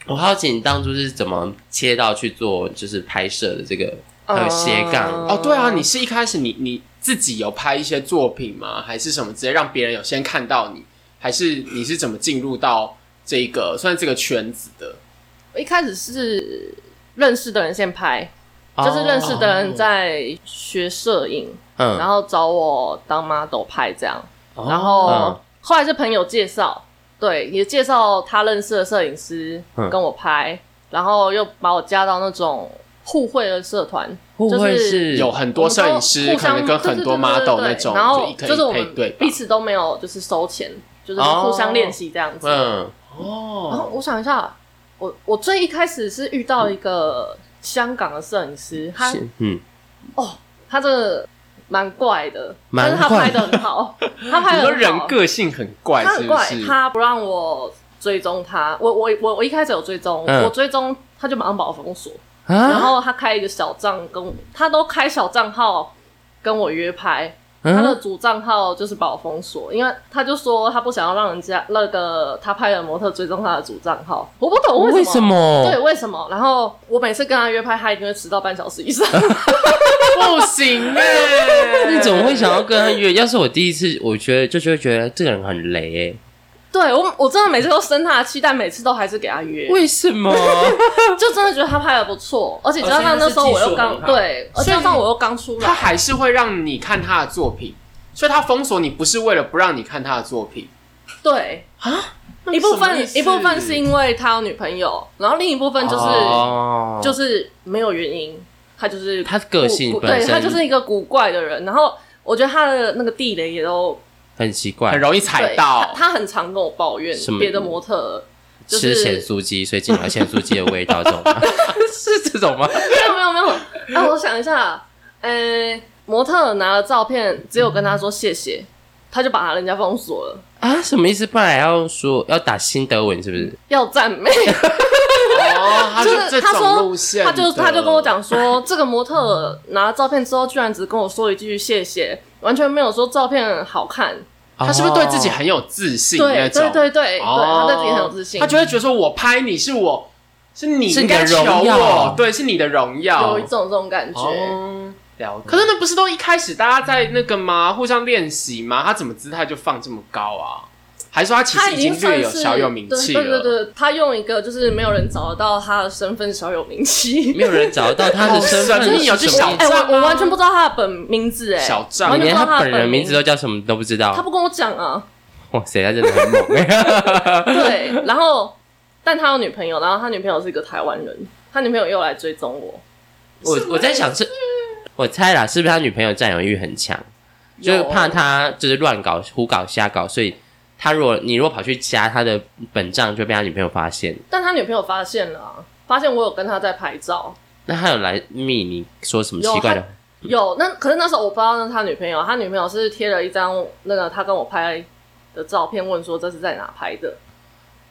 Speaker 1: 我好奇你当初是怎么切到去做就是拍摄的这个
Speaker 2: 哦
Speaker 1: 呃斜杠，
Speaker 3: 哦，对啊，你是一开始你你自己有拍一些作品吗？还是什么直接让别人有先看到你？还是你是怎么进入到这个算是这个圈子的？
Speaker 2: [LAUGHS] 我一开始是认识的人先拍，
Speaker 3: 哦
Speaker 2: 就是认识的人在学摄影，
Speaker 1: 哦嗯，
Speaker 2: 然后找我当 model 拍这样。
Speaker 3: 哦
Speaker 1: 后
Speaker 2: 然
Speaker 1: 嗯
Speaker 2: 后后来是朋友介绍，对，也介绍他认识的摄影师
Speaker 1: 嗯
Speaker 2: 跟我拍，然后又把我加到那种互惠的社团，
Speaker 1: 会不会
Speaker 2: 就是
Speaker 1: 是
Speaker 3: 有很多摄影师
Speaker 2: 互
Speaker 3: 可能
Speaker 2: 相
Speaker 3: 跟很多
Speaker 2: 对对对对
Speaker 3: model
Speaker 2: 对
Speaker 3: 那种，
Speaker 2: 然后
Speaker 3: 就一
Speaker 2: 就是
Speaker 3: 可
Speaker 2: 我
Speaker 3: 以配
Speaker 2: 们
Speaker 3: 对吧
Speaker 2: 彼？此都没有就是收钱，就是
Speaker 1: 哦
Speaker 2: 互相练习这样子。
Speaker 1: 嗯
Speaker 2: 然后
Speaker 3: 哦，
Speaker 2: 我想一下，我我最一开始是遇到一个香港的摄影师，他
Speaker 1: 是嗯，
Speaker 2: 哦，他真的蛮怪的，
Speaker 1: 蛮
Speaker 2: 但是他
Speaker 1: 怪
Speaker 2: 拍的很好，他拍
Speaker 3: 你
Speaker 2: 的
Speaker 3: 说
Speaker 2: 很
Speaker 3: 人
Speaker 2: 好，
Speaker 3: 个性很怪，
Speaker 2: 他
Speaker 3: 是
Speaker 2: 很
Speaker 3: 不
Speaker 2: 怪，
Speaker 3: 是？
Speaker 2: 他不让我追踪他，我我我我一开始有追踪，
Speaker 1: 嗯
Speaker 2: 我追踪他就马上把我封锁，然
Speaker 1: 啊，
Speaker 2: 后他开一个小账跟我，他都开小账号跟我约拍，他的
Speaker 1: 嗯，
Speaker 2: 主账号就是把我封锁，因为他就说他不想要让人家那个他拍的模特追踪他的主账号，我不懂
Speaker 1: 为
Speaker 2: 为什
Speaker 1: 什
Speaker 2: 么。对，
Speaker 1: 么？
Speaker 2: 为什么？然后我每次跟他约拍，他一定会迟到半小时以
Speaker 1: [LAUGHS]
Speaker 2: 上。
Speaker 3: 不行
Speaker 2: [LAUGHS]
Speaker 3: 哎、
Speaker 1: 你怎么会想要跟他约？要是我第一次，我觉得就就会觉得这个人很雷欸
Speaker 2: 对我，我真的每次都生他的气，但每次都还是给他约
Speaker 1: 哎，，为什 [LAUGHS] 么？
Speaker 2: 就真的觉得他拍的不错，而且加上那时候我又
Speaker 1: 哦
Speaker 2: 刚对，而且加上我又刚出
Speaker 3: 他
Speaker 2: 来，
Speaker 3: 还是会让你看他的作品，所以他封锁你不是为了不让你看他的作品
Speaker 2: 对，
Speaker 3: 啊？
Speaker 2: 一部
Speaker 3: 什么意
Speaker 2: 分
Speaker 3: 思
Speaker 2: 一部分是因为他有女朋友，然后另一部分就是、
Speaker 1: 哦
Speaker 2: 就是没有原因，他就是
Speaker 1: 他个性
Speaker 2: 古古
Speaker 1: 本
Speaker 2: 对
Speaker 1: 身
Speaker 2: 他就是一个古怪的人，然后。我觉得他的那个地雷也都
Speaker 1: 很奇怪
Speaker 3: 很，容易
Speaker 2: 对
Speaker 3: 踩
Speaker 2: 他
Speaker 3: 到，
Speaker 2: 他很常跟我抱怨
Speaker 1: 什么
Speaker 2: 别的模特，就
Speaker 1: 吃
Speaker 2: 是
Speaker 1: 咸酥鸡，所以进来咸酥鸡的味道，这种吗是这种吗？
Speaker 2: 没有没有没有，哎、我想一下，呃、模特拿了照片，只有跟他说谢谢，他就把人家封锁了，
Speaker 1: 啊，什么意思？不然要说要打新德文是不是？
Speaker 2: 要赞美，
Speaker 3: 哦，他
Speaker 2: 就是
Speaker 3: 这
Speaker 2: 他
Speaker 3: 种
Speaker 2: 说
Speaker 3: 路线
Speaker 2: 他
Speaker 3: 的，
Speaker 2: 就他就跟我讲说，这个模特拿了照片之后，居然只跟我说一句谢谢，完全没有说照片好看，
Speaker 3: 他
Speaker 1: 哦
Speaker 3: 是不是对自己很有自信那
Speaker 2: 对
Speaker 3: 种？
Speaker 2: 对对对、
Speaker 3: 哦
Speaker 2: 对，他对自己很有自信，
Speaker 3: 他就会觉得说我拍你是我是你
Speaker 1: 是
Speaker 3: 应
Speaker 1: 你的
Speaker 3: 该求
Speaker 1: 荣耀
Speaker 3: 我，对，是你的荣耀，
Speaker 2: 有一种这种感觉。
Speaker 3: 哦，了解。可是那不是都一开始大家在那个吗？互相练习吗？他怎么姿态就放这么高啊？还是说他其
Speaker 2: 他
Speaker 3: 实
Speaker 2: 已
Speaker 3: 已经
Speaker 2: 算
Speaker 3: 略有
Speaker 2: 是
Speaker 3: 小有名气了？
Speaker 2: 对对对对，他用一个就是没有人找得到他的身份小有名气，
Speaker 1: 没有人找到他的身份
Speaker 3: 好神秘哦
Speaker 1: 是
Speaker 3: 就
Speaker 1: 什
Speaker 3: 小
Speaker 1: 么，
Speaker 2: 哎、
Speaker 3: 账啊
Speaker 2: 我我完全不知道他的本名字哎、
Speaker 3: 小账啊
Speaker 2: 完
Speaker 1: 你连
Speaker 2: 全不知道
Speaker 1: 他
Speaker 2: 他
Speaker 1: 本人名字都
Speaker 2: 都
Speaker 1: 叫什么都不知
Speaker 2: 他
Speaker 1: 道。
Speaker 2: 不跟我讲啊。
Speaker 1: 哇塞，他真的很猛
Speaker 2: 对，然后但他有女朋友，然后他女朋友是一个台湾人，他女朋友又来追踪我，
Speaker 1: 我我在想是，我猜啦，是不是他女朋友占有欲很强，就是怕他就是乱搞、胡搞、瞎搞，所以他如果你如果跑去加他的本账，就被他女朋友发现。
Speaker 2: 但他女朋友发现了啊、发现我有跟他在拍照，
Speaker 1: 那他有来密你说什么
Speaker 2: 有啊
Speaker 1: 奇怪的？
Speaker 2: 有那可是那时候我不知道那是他女朋友，他女朋友是贴了一张那个他跟我拍的照片，问说这是在哪拍的，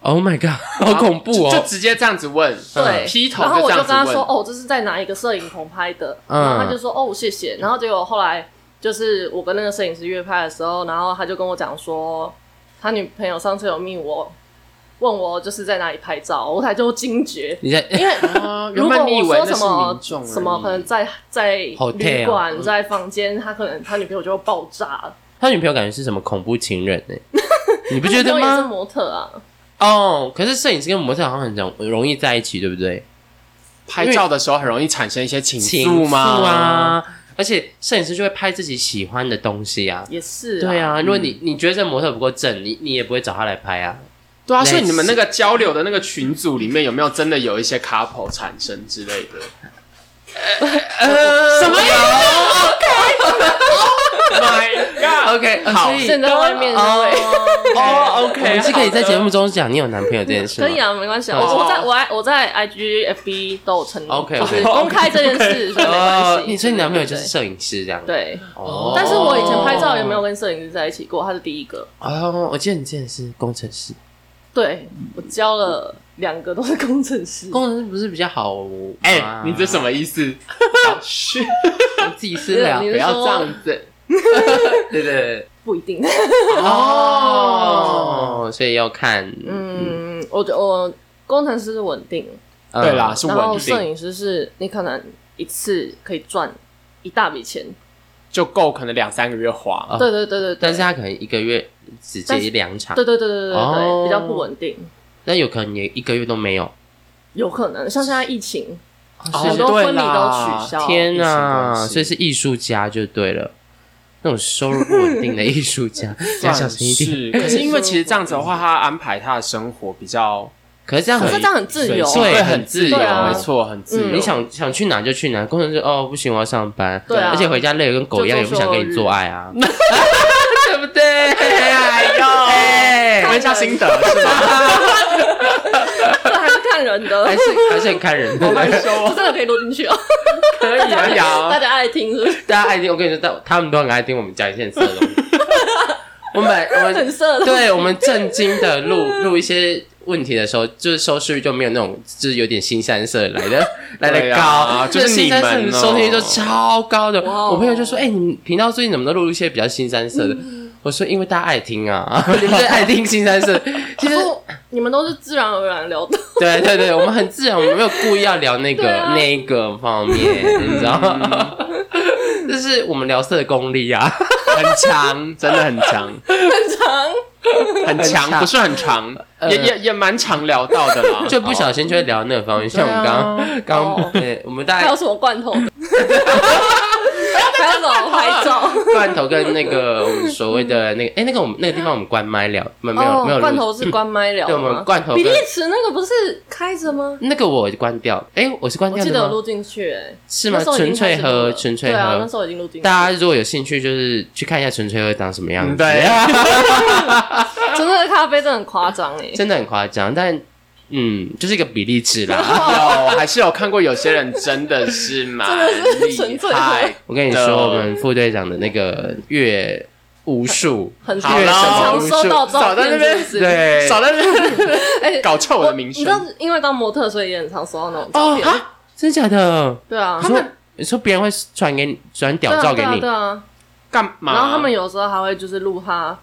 Speaker 1: Oh my
Speaker 2: [LAUGHS]
Speaker 1: god，好恐怖
Speaker 3: 就就
Speaker 1: 哦！
Speaker 3: 直接这样子问，
Speaker 2: 嗯对，
Speaker 3: 嗯劈头
Speaker 2: 然后
Speaker 3: 就
Speaker 2: 我
Speaker 3: 这
Speaker 2: 就跟
Speaker 3: 样子
Speaker 2: 他说
Speaker 3: 问，
Speaker 2: 哦，这是在哪一个摄影棚拍的，
Speaker 1: 嗯
Speaker 2: 然后他就说哦谢谢，然后结果后来就是我跟那个摄影师约拍的时候，然后他就跟我讲说他女朋友上次有命我。问我就是在哪里拍照，我才就惊觉，
Speaker 1: 你在
Speaker 2: 因为
Speaker 3: 哦
Speaker 2: 如
Speaker 3: [LAUGHS] 原
Speaker 2: 果
Speaker 3: 本你以
Speaker 2: 我
Speaker 3: 为
Speaker 2: 说
Speaker 3: 那
Speaker 2: 什
Speaker 3: 是民
Speaker 2: 么
Speaker 3: 众而已嗯
Speaker 2: 什么，可能在在
Speaker 1: Hotel
Speaker 2: 旅馆、在房间，他可能他女朋友就会爆炸了。
Speaker 1: 他女朋友感觉是什么恐怖情人呢、 [LAUGHS] 你不
Speaker 2: 他
Speaker 1: 觉
Speaker 2: 女
Speaker 1: 得
Speaker 2: 朋友也是
Speaker 1: 吗？
Speaker 2: 模特啊，
Speaker 1: 哦，可是摄影师跟模特好像很容容易在一起，对不对？
Speaker 3: 拍照的时候很容易产生一些情
Speaker 1: 情
Speaker 3: 愫吗？
Speaker 1: 愫，啊，而且摄影师就会拍自己喜欢的东西啊。
Speaker 2: 也是
Speaker 1: 对，啊，如果你你觉得这模特不够正，你你也不会找他来拍啊。
Speaker 3: 对啊，
Speaker 1: 类似
Speaker 3: 所以你们那个交流的那个群组里面有没有真的有一些 couple 产生之类的？
Speaker 1: 呃，
Speaker 3: 什么？My
Speaker 1: ？OK，
Speaker 3: 好
Speaker 1: 所以
Speaker 2: 现在外面
Speaker 1: 哦
Speaker 2: 那位。
Speaker 3: God！哦
Speaker 1: 我
Speaker 3: ，OK，
Speaker 1: 们是可以在
Speaker 3: 好的
Speaker 1: 节目中讲你有男朋友这件事吗
Speaker 2: 可以啊，没关系啊。
Speaker 1: 哦
Speaker 2: 我我在我在我在 IG、FB 都有承诺
Speaker 1: OK，OK，
Speaker 2: 就是公开这件事，所以没
Speaker 1: 哦
Speaker 2: 关，系。
Speaker 1: 你所以你男朋友就是
Speaker 2: 对
Speaker 1: 摄影师这样。
Speaker 2: 对。对
Speaker 1: 哦，
Speaker 2: 但是我以前拍照也没有跟摄影师在一起过，他是第一个。
Speaker 1: 哦，我记得你之前是工程师，
Speaker 2: 对我教了两个都是工程师，
Speaker 1: 工程师不是比较好吗？
Speaker 3: 哎、你这什么意思？小旭，
Speaker 1: 自己私聊
Speaker 2: 你？是
Speaker 3: 不要这样子
Speaker 1: 啊对对对。
Speaker 2: 不一定。
Speaker 3: 哦。
Speaker 1: 哦，所以要看，
Speaker 2: 嗯，我觉我工程师是稳定，
Speaker 1: 嗯
Speaker 3: 对啦，，是
Speaker 2: 然后
Speaker 3: 稳
Speaker 2: 摄
Speaker 3: 定
Speaker 2: 影师是你可能一次可以赚一大笔钱。
Speaker 3: 就够，可能两三个月花。
Speaker 1: 哦
Speaker 2: 对对对对对，
Speaker 1: 但是他可能一个月只接
Speaker 2: 但是
Speaker 1: 一两场
Speaker 2: 对，对对对对对
Speaker 1: 哦
Speaker 2: 对，比较不稳定，
Speaker 1: 那有可能也一个月都没有。
Speaker 2: 有可能像现在疫情，
Speaker 3: 哦
Speaker 2: 很多
Speaker 3: 对
Speaker 2: 婚礼
Speaker 3: 啦
Speaker 2: 都取消。
Speaker 1: 天
Speaker 3: 疫情
Speaker 1: 啊！
Speaker 3: 关系
Speaker 1: 所以是艺术家就对了，那种收入不稳定的艺术
Speaker 2: [LAUGHS]
Speaker 1: 家，要小心一点。
Speaker 3: 是，可是因为其实这样子的话，他安排他的生活比较
Speaker 1: 可是这样
Speaker 2: 可是
Speaker 1: 很
Speaker 2: 这样很自由啊，
Speaker 1: 对
Speaker 3: 会
Speaker 1: 很
Speaker 3: 很自由，
Speaker 2: 自由啊
Speaker 3: 没错，很自由。
Speaker 2: 嗯
Speaker 1: 你想想去哪就去哪，工程师哦不行，我要上班，
Speaker 2: 对啊
Speaker 1: 而且回家累得跟狗一样，也
Speaker 2: 就
Speaker 1: 不
Speaker 2: 做
Speaker 1: 想跟你做爱
Speaker 2: [LAUGHS]
Speaker 1: 啊，对不对？
Speaker 3: 哎呦，
Speaker 1: 哎
Speaker 3: 问一下心得是吗？
Speaker 2: [LAUGHS] 对，还是看看人的，
Speaker 1: 还是还是很看人的
Speaker 3: 好，害羞
Speaker 2: [LAUGHS] 我
Speaker 3: 哦，
Speaker 2: 真的可以录进去哦，
Speaker 1: 可以
Speaker 3: 可以啊
Speaker 2: [LAUGHS] 大家爱听是不是？
Speaker 1: 大家爱听，我跟你说，大他们都很爱听我们讲一些很色
Speaker 2: [LAUGHS]
Speaker 1: 的东西。我们我
Speaker 2: 很
Speaker 1: 们
Speaker 2: 色
Speaker 3: [LAUGHS]
Speaker 2: 的，
Speaker 1: 对我们正经的录 [LAUGHS] 录一些问题的时候，就是收视率就没有那种就是有点新三色来
Speaker 3: [LAUGHS]
Speaker 1: 的来
Speaker 3: 对
Speaker 1: 的高，
Speaker 3: 啊就是
Speaker 1: 新三色
Speaker 3: 你
Speaker 1: 的
Speaker 3: 们哦
Speaker 1: 收听率就超高的。
Speaker 2: 哇哦
Speaker 1: 我朋友就说：“哎、你们频道最近怎么都录一些比较新三色的？”
Speaker 3: 嗯
Speaker 1: 我说：“因为大家爱听
Speaker 3: [LAUGHS]
Speaker 1: 啊，你们最爱听新三色。”其实
Speaker 2: 然后你们都是自然而然聊的，
Speaker 1: 对对对，我们很自然，我们没有故意要聊那个、
Speaker 2: 对啊
Speaker 1: 那个方面，你知道吗？
Speaker 3: 嗯
Speaker 1: [LAUGHS] 这是我们聊色的功力
Speaker 3: [LAUGHS]
Speaker 1: 啊。
Speaker 3: 很强，真的很强，
Speaker 2: [LAUGHS] 很长，
Speaker 1: 很
Speaker 3: 很强，
Speaker 1: 强
Speaker 3: 不是很长，
Speaker 1: 呃
Speaker 3: 也也也蛮常聊到的
Speaker 2: [LAUGHS]
Speaker 3: 啦，
Speaker 1: 就不小心就会聊那个方面，像我们刚刚
Speaker 2: 哦
Speaker 1: 刚，
Speaker 3: 啊
Speaker 1: [LAUGHS] 对，我们大
Speaker 2: 还有
Speaker 1: 概
Speaker 2: 什么罐头的？还有什么拍照？
Speaker 1: 罐头跟那个我们所谓的那个，
Speaker 2: [LAUGHS]
Speaker 1: 哎，那个我们那个地方我们关麦聊，没有没有没有
Speaker 2: 哦，
Speaker 1: 录
Speaker 2: 罐头是关麦聊
Speaker 1: 对，
Speaker 2: 的
Speaker 1: 我们
Speaker 3: 哦
Speaker 2: 吗？
Speaker 1: 罐头
Speaker 2: 比
Speaker 1: 跟
Speaker 2: 利时那个不是开着吗？
Speaker 1: 那个我关掉，哎，我是关
Speaker 2: 我
Speaker 1: 掉
Speaker 2: 记得
Speaker 1: 的
Speaker 2: 有
Speaker 1: 吗？
Speaker 2: 录进去，哎，
Speaker 1: 是吗？
Speaker 2: 那时候已
Speaker 1: 纯
Speaker 2: 经开
Speaker 1: 粹
Speaker 2: 始录了
Speaker 1: 喝，纯粹
Speaker 2: 对啊，那
Speaker 1: 喝。
Speaker 2: 时候已经录进去。
Speaker 1: 大家如果有兴趣，就是去看一下纯粹喝长什么样
Speaker 3: 嗯
Speaker 1: 子。
Speaker 3: 对，
Speaker 2: [LAUGHS] 真的咖啡真的很夸张哎，
Speaker 1: 真的很夸张，但嗯，就是一个比例尺
Speaker 3: 嗯
Speaker 1: 啦。
Speaker 3: 有，还是有看过有些人真的是蛮
Speaker 2: 真的是
Speaker 3: 厉
Speaker 2: 纯粹
Speaker 3: 害，
Speaker 1: 我跟你
Speaker 3: 的
Speaker 1: 说，我们副队长的那个月无数，
Speaker 2: 很
Speaker 3: 好
Speaker 1: 了
Speaker 2: 常收到照
Speaker 3: 少在
Speaker 2: 片，
Speaker 3: 那
Speaker 2: 是
Speaker 3: 边
Speaker 2: 不是？
Speaker 1: 对
Speaker 3: 少在那边
Speaker 2: [LAUGHS] 哎，
Speaker 3: 搞臭我
Speaker 2: 我
Speaker 3: 的名
Speaker 2: 你知道
Speaker 3: 声，，
Speaker 2: 因为当模特，所以也很常收到那种照
Speaker 1: 哦
Speaker 2: 片。
Speaker 1: 啊，真假的？
Speaker 2: 对啊，
Speaker 1: 你说你说别人会传给你传
Speaker 2: 对啊
Speaker 1: 屌照给你
Speaker 2: 对啊对，啊。
Speaker 3: 干嘛？
Speaker 2: 然后他们有时候还会就是录他，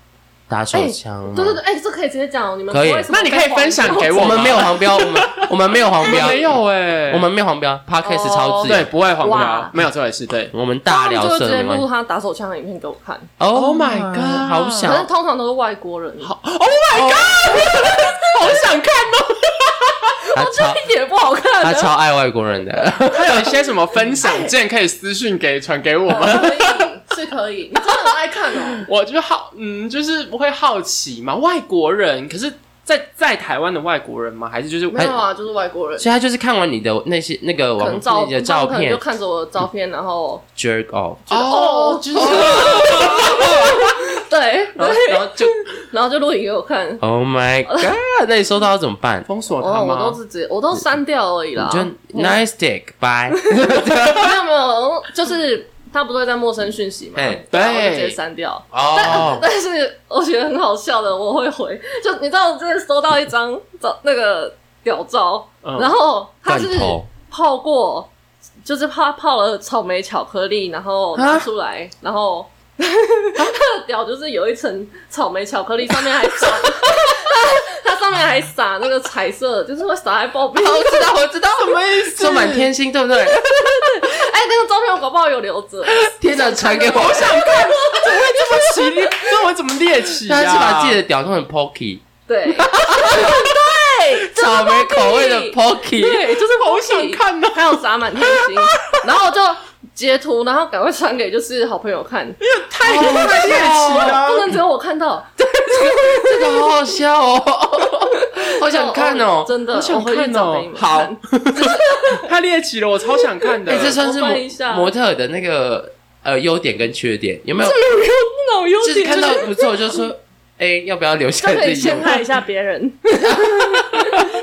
Speaker 1: 打手枪啊，
Speaker 2: 哎对对对，哎，这可以直接讲哦，你们
Speaker 1: 可以
Speaker 2: 不会什么
Speaker 3: 那你可以分享给
Speaker 1: 我
Speaker 3: 我
Speaker 1: 们没有黄
Speaker 3: [LAUGHS]
Speaker 1: 标，我们我们没有黄
Speaker 3: 我
Speaker 1: 标
Speaker 3: 哎们，没有哎，
Speaker 1: 我们没有黄标，Podcast 超自
Speaker 3: 对
Speaker 1: 由，
Speaker 3: 不会黄标
Speaker 2: 哇，
Speaker 3: 没有这回事，对，
Speaker 1: 我们
Speaker 2: 他
Speaker 1: 大
Speaker 2: 们就
Speaker 1: 聊
Speaker 2: 会
Speaker 1: 色
Speaker 2: 直接
Speaker 1: 没关
Speaker 2: 录
Speaker 1: 系。
Speaker 2: 他打手枪的影片给我看，
Speaker 1: Oh
Speaker 3: my god
Speaker 1: 好
Speaker 2: 可是
Speaker 1: 想
Speaker 2: 通常都是外国人，好，
Speaker 3: 好想看哦。
Speaker 1: [LAUGHS] 他
Speaker 2: [LAUGHS]
Speaker 1: 超
Speaker 2: 一点不好看
Speaker 1: 啊
Speaker 2: 啊
Speaker 1: 他
Speaker 2: 的。
Speaker 1: 超爱外国人的，
Speaker 2: [LAUGHS]
Speaker 3: 他有一些什么分享，之前可以私讯给传给我们。
Speaker 2: 可以是可以，你真的很爱看
Speaker 3: [LAUGHS]
Speaker 2: 哦。
Speaker 3: 我就好，嗯，就是不会好奇嘛，外国人，可是在在台湾的外国人吗？还是就是
Speaker 2: 没有啊，就是外国人，
Speaker 1: 所以他就是看完你的那些那个
Speaker 2: 可
Speaker 1: 网
Speaker 2: 能照
Speaker 1: 你的照
Speaker 2: 他们可能
Speaker 1: 片
Speaker 2: 就看着我的照片，然后
Speaker 1: jerk off，
Speaker 3: 哦，就是
Speaker 2: [LAUGHS] 对，
Speaker 1: 然后然后就
Speaker 2: 然后就录影给我看。
Speaker 1: Oh my god！那你收到要怎么
Speaker 2: [LAUGHS]
Speaker 1: 办？
Speaker 3: 封锁他
Speaker 2: 哦，我都
Speaker 3: 吗？
Speaker 2: 是直接，我都删掉而已
Speaker 1: 你
Speaker 2: 啦。
Speaker 1: 就 nice
Speaker 2: [LAUGHS]
Speaker 1: dick，bye。
Speaker 2: 没有没有，就是他不是会在陌生讯息嘛，
Speaker 1: 嘿
Speaker 2: 然后我就直接
Speaker 3: 对
Speaker 2: 删掉。
Speaker 1: 哎哦，
Speaker 2: [LAUGHS] 但是我觉得很好笑的，我会回。就你知道，我之前收到一张照，那个屌照，
Speaker 3: 嗯
Speaker 2: 然后它
Speaker 1: 罐
Speaker 2: 是
Speaker 1: 头
Speaker 2: 泡过，就是泡泡了草莓巧克力，然后
Speaker 1: 啊
Speaker 2: 拿出来，然后它的屌就是有一层草莓巧克力，上面还撒， [LAUGHS] 它上面还撒那个彩色，就是会撒在爆冰。
Speaker 1: [LAUGHS] 我知道，我知道，什么意思？说满天星，对不对？
Speaker 2: 哎，那个照片我搞不好有留着。
Speaker 1: 天哪，传给
Speaker 3: 好
Speaker 1: 我！
Speaker 3: 想
Speaker 2: 啊
Speaker 3: 看，怎么会这么奇怪？这我怎么猎奇
Speaker 1: 他
Speaker 3: 呀？
Speaker 1: 是把自己的屌弄成 pocky， [LAUGHS]
Speaker 2: 对， [LAUGHS] 对，就是
Speaker 1: 草莓口味的
Speaker 2: Pocky
Speaker 1: pocky。
Speaker 2: 对，就是
Speaker 3: 好
Speaker 2: 我
Speaker 3: 想看啊呢，
Speaker 2: 还有撒满天
Speaker 1: [LAUGHS]
Speaker 2: 星，然后我就截图，然后赶快传给就是好朋友看，哦
Speaker 3: 太太猎奇
Speaker 1: 啊
Speaker 2: 不
Speaker 3: 了。
Speaker 2: 能只有我看到，
Speaker 1: 这个好好笑哦，好想看哦。
Speaker 2: 真的，
Speaker 3: 好想
Speaker 2: 我回去
Speaker 3: 看
Speaker 2: 找
Speaker 3: 哦
Speaker 2: 给你们
Speaker 3: 好
Speaker 2: 看，
Speaker 3: 太猎奇了，我超想看的。
Speaker 1: 哎，这算是
Speaker 2: 我
Speaker 1: 模
Speaker 2: 翻一下
Speaker 1: 模特的那个呃优点跟缺点，有没有？
Speaker 2: 那我优
Speaker 1: 就是看到不错就说，哎，要不要留
Speaker 2: 就
Speaker 1: 下
Speaker 2: 可
Speaker 1: 这
Speaker 2: 以
Speaker 1: 己用
Speaker 2: 陷？害一下
Speaker 1: [LAUGHS]
Speaker 2: 别人。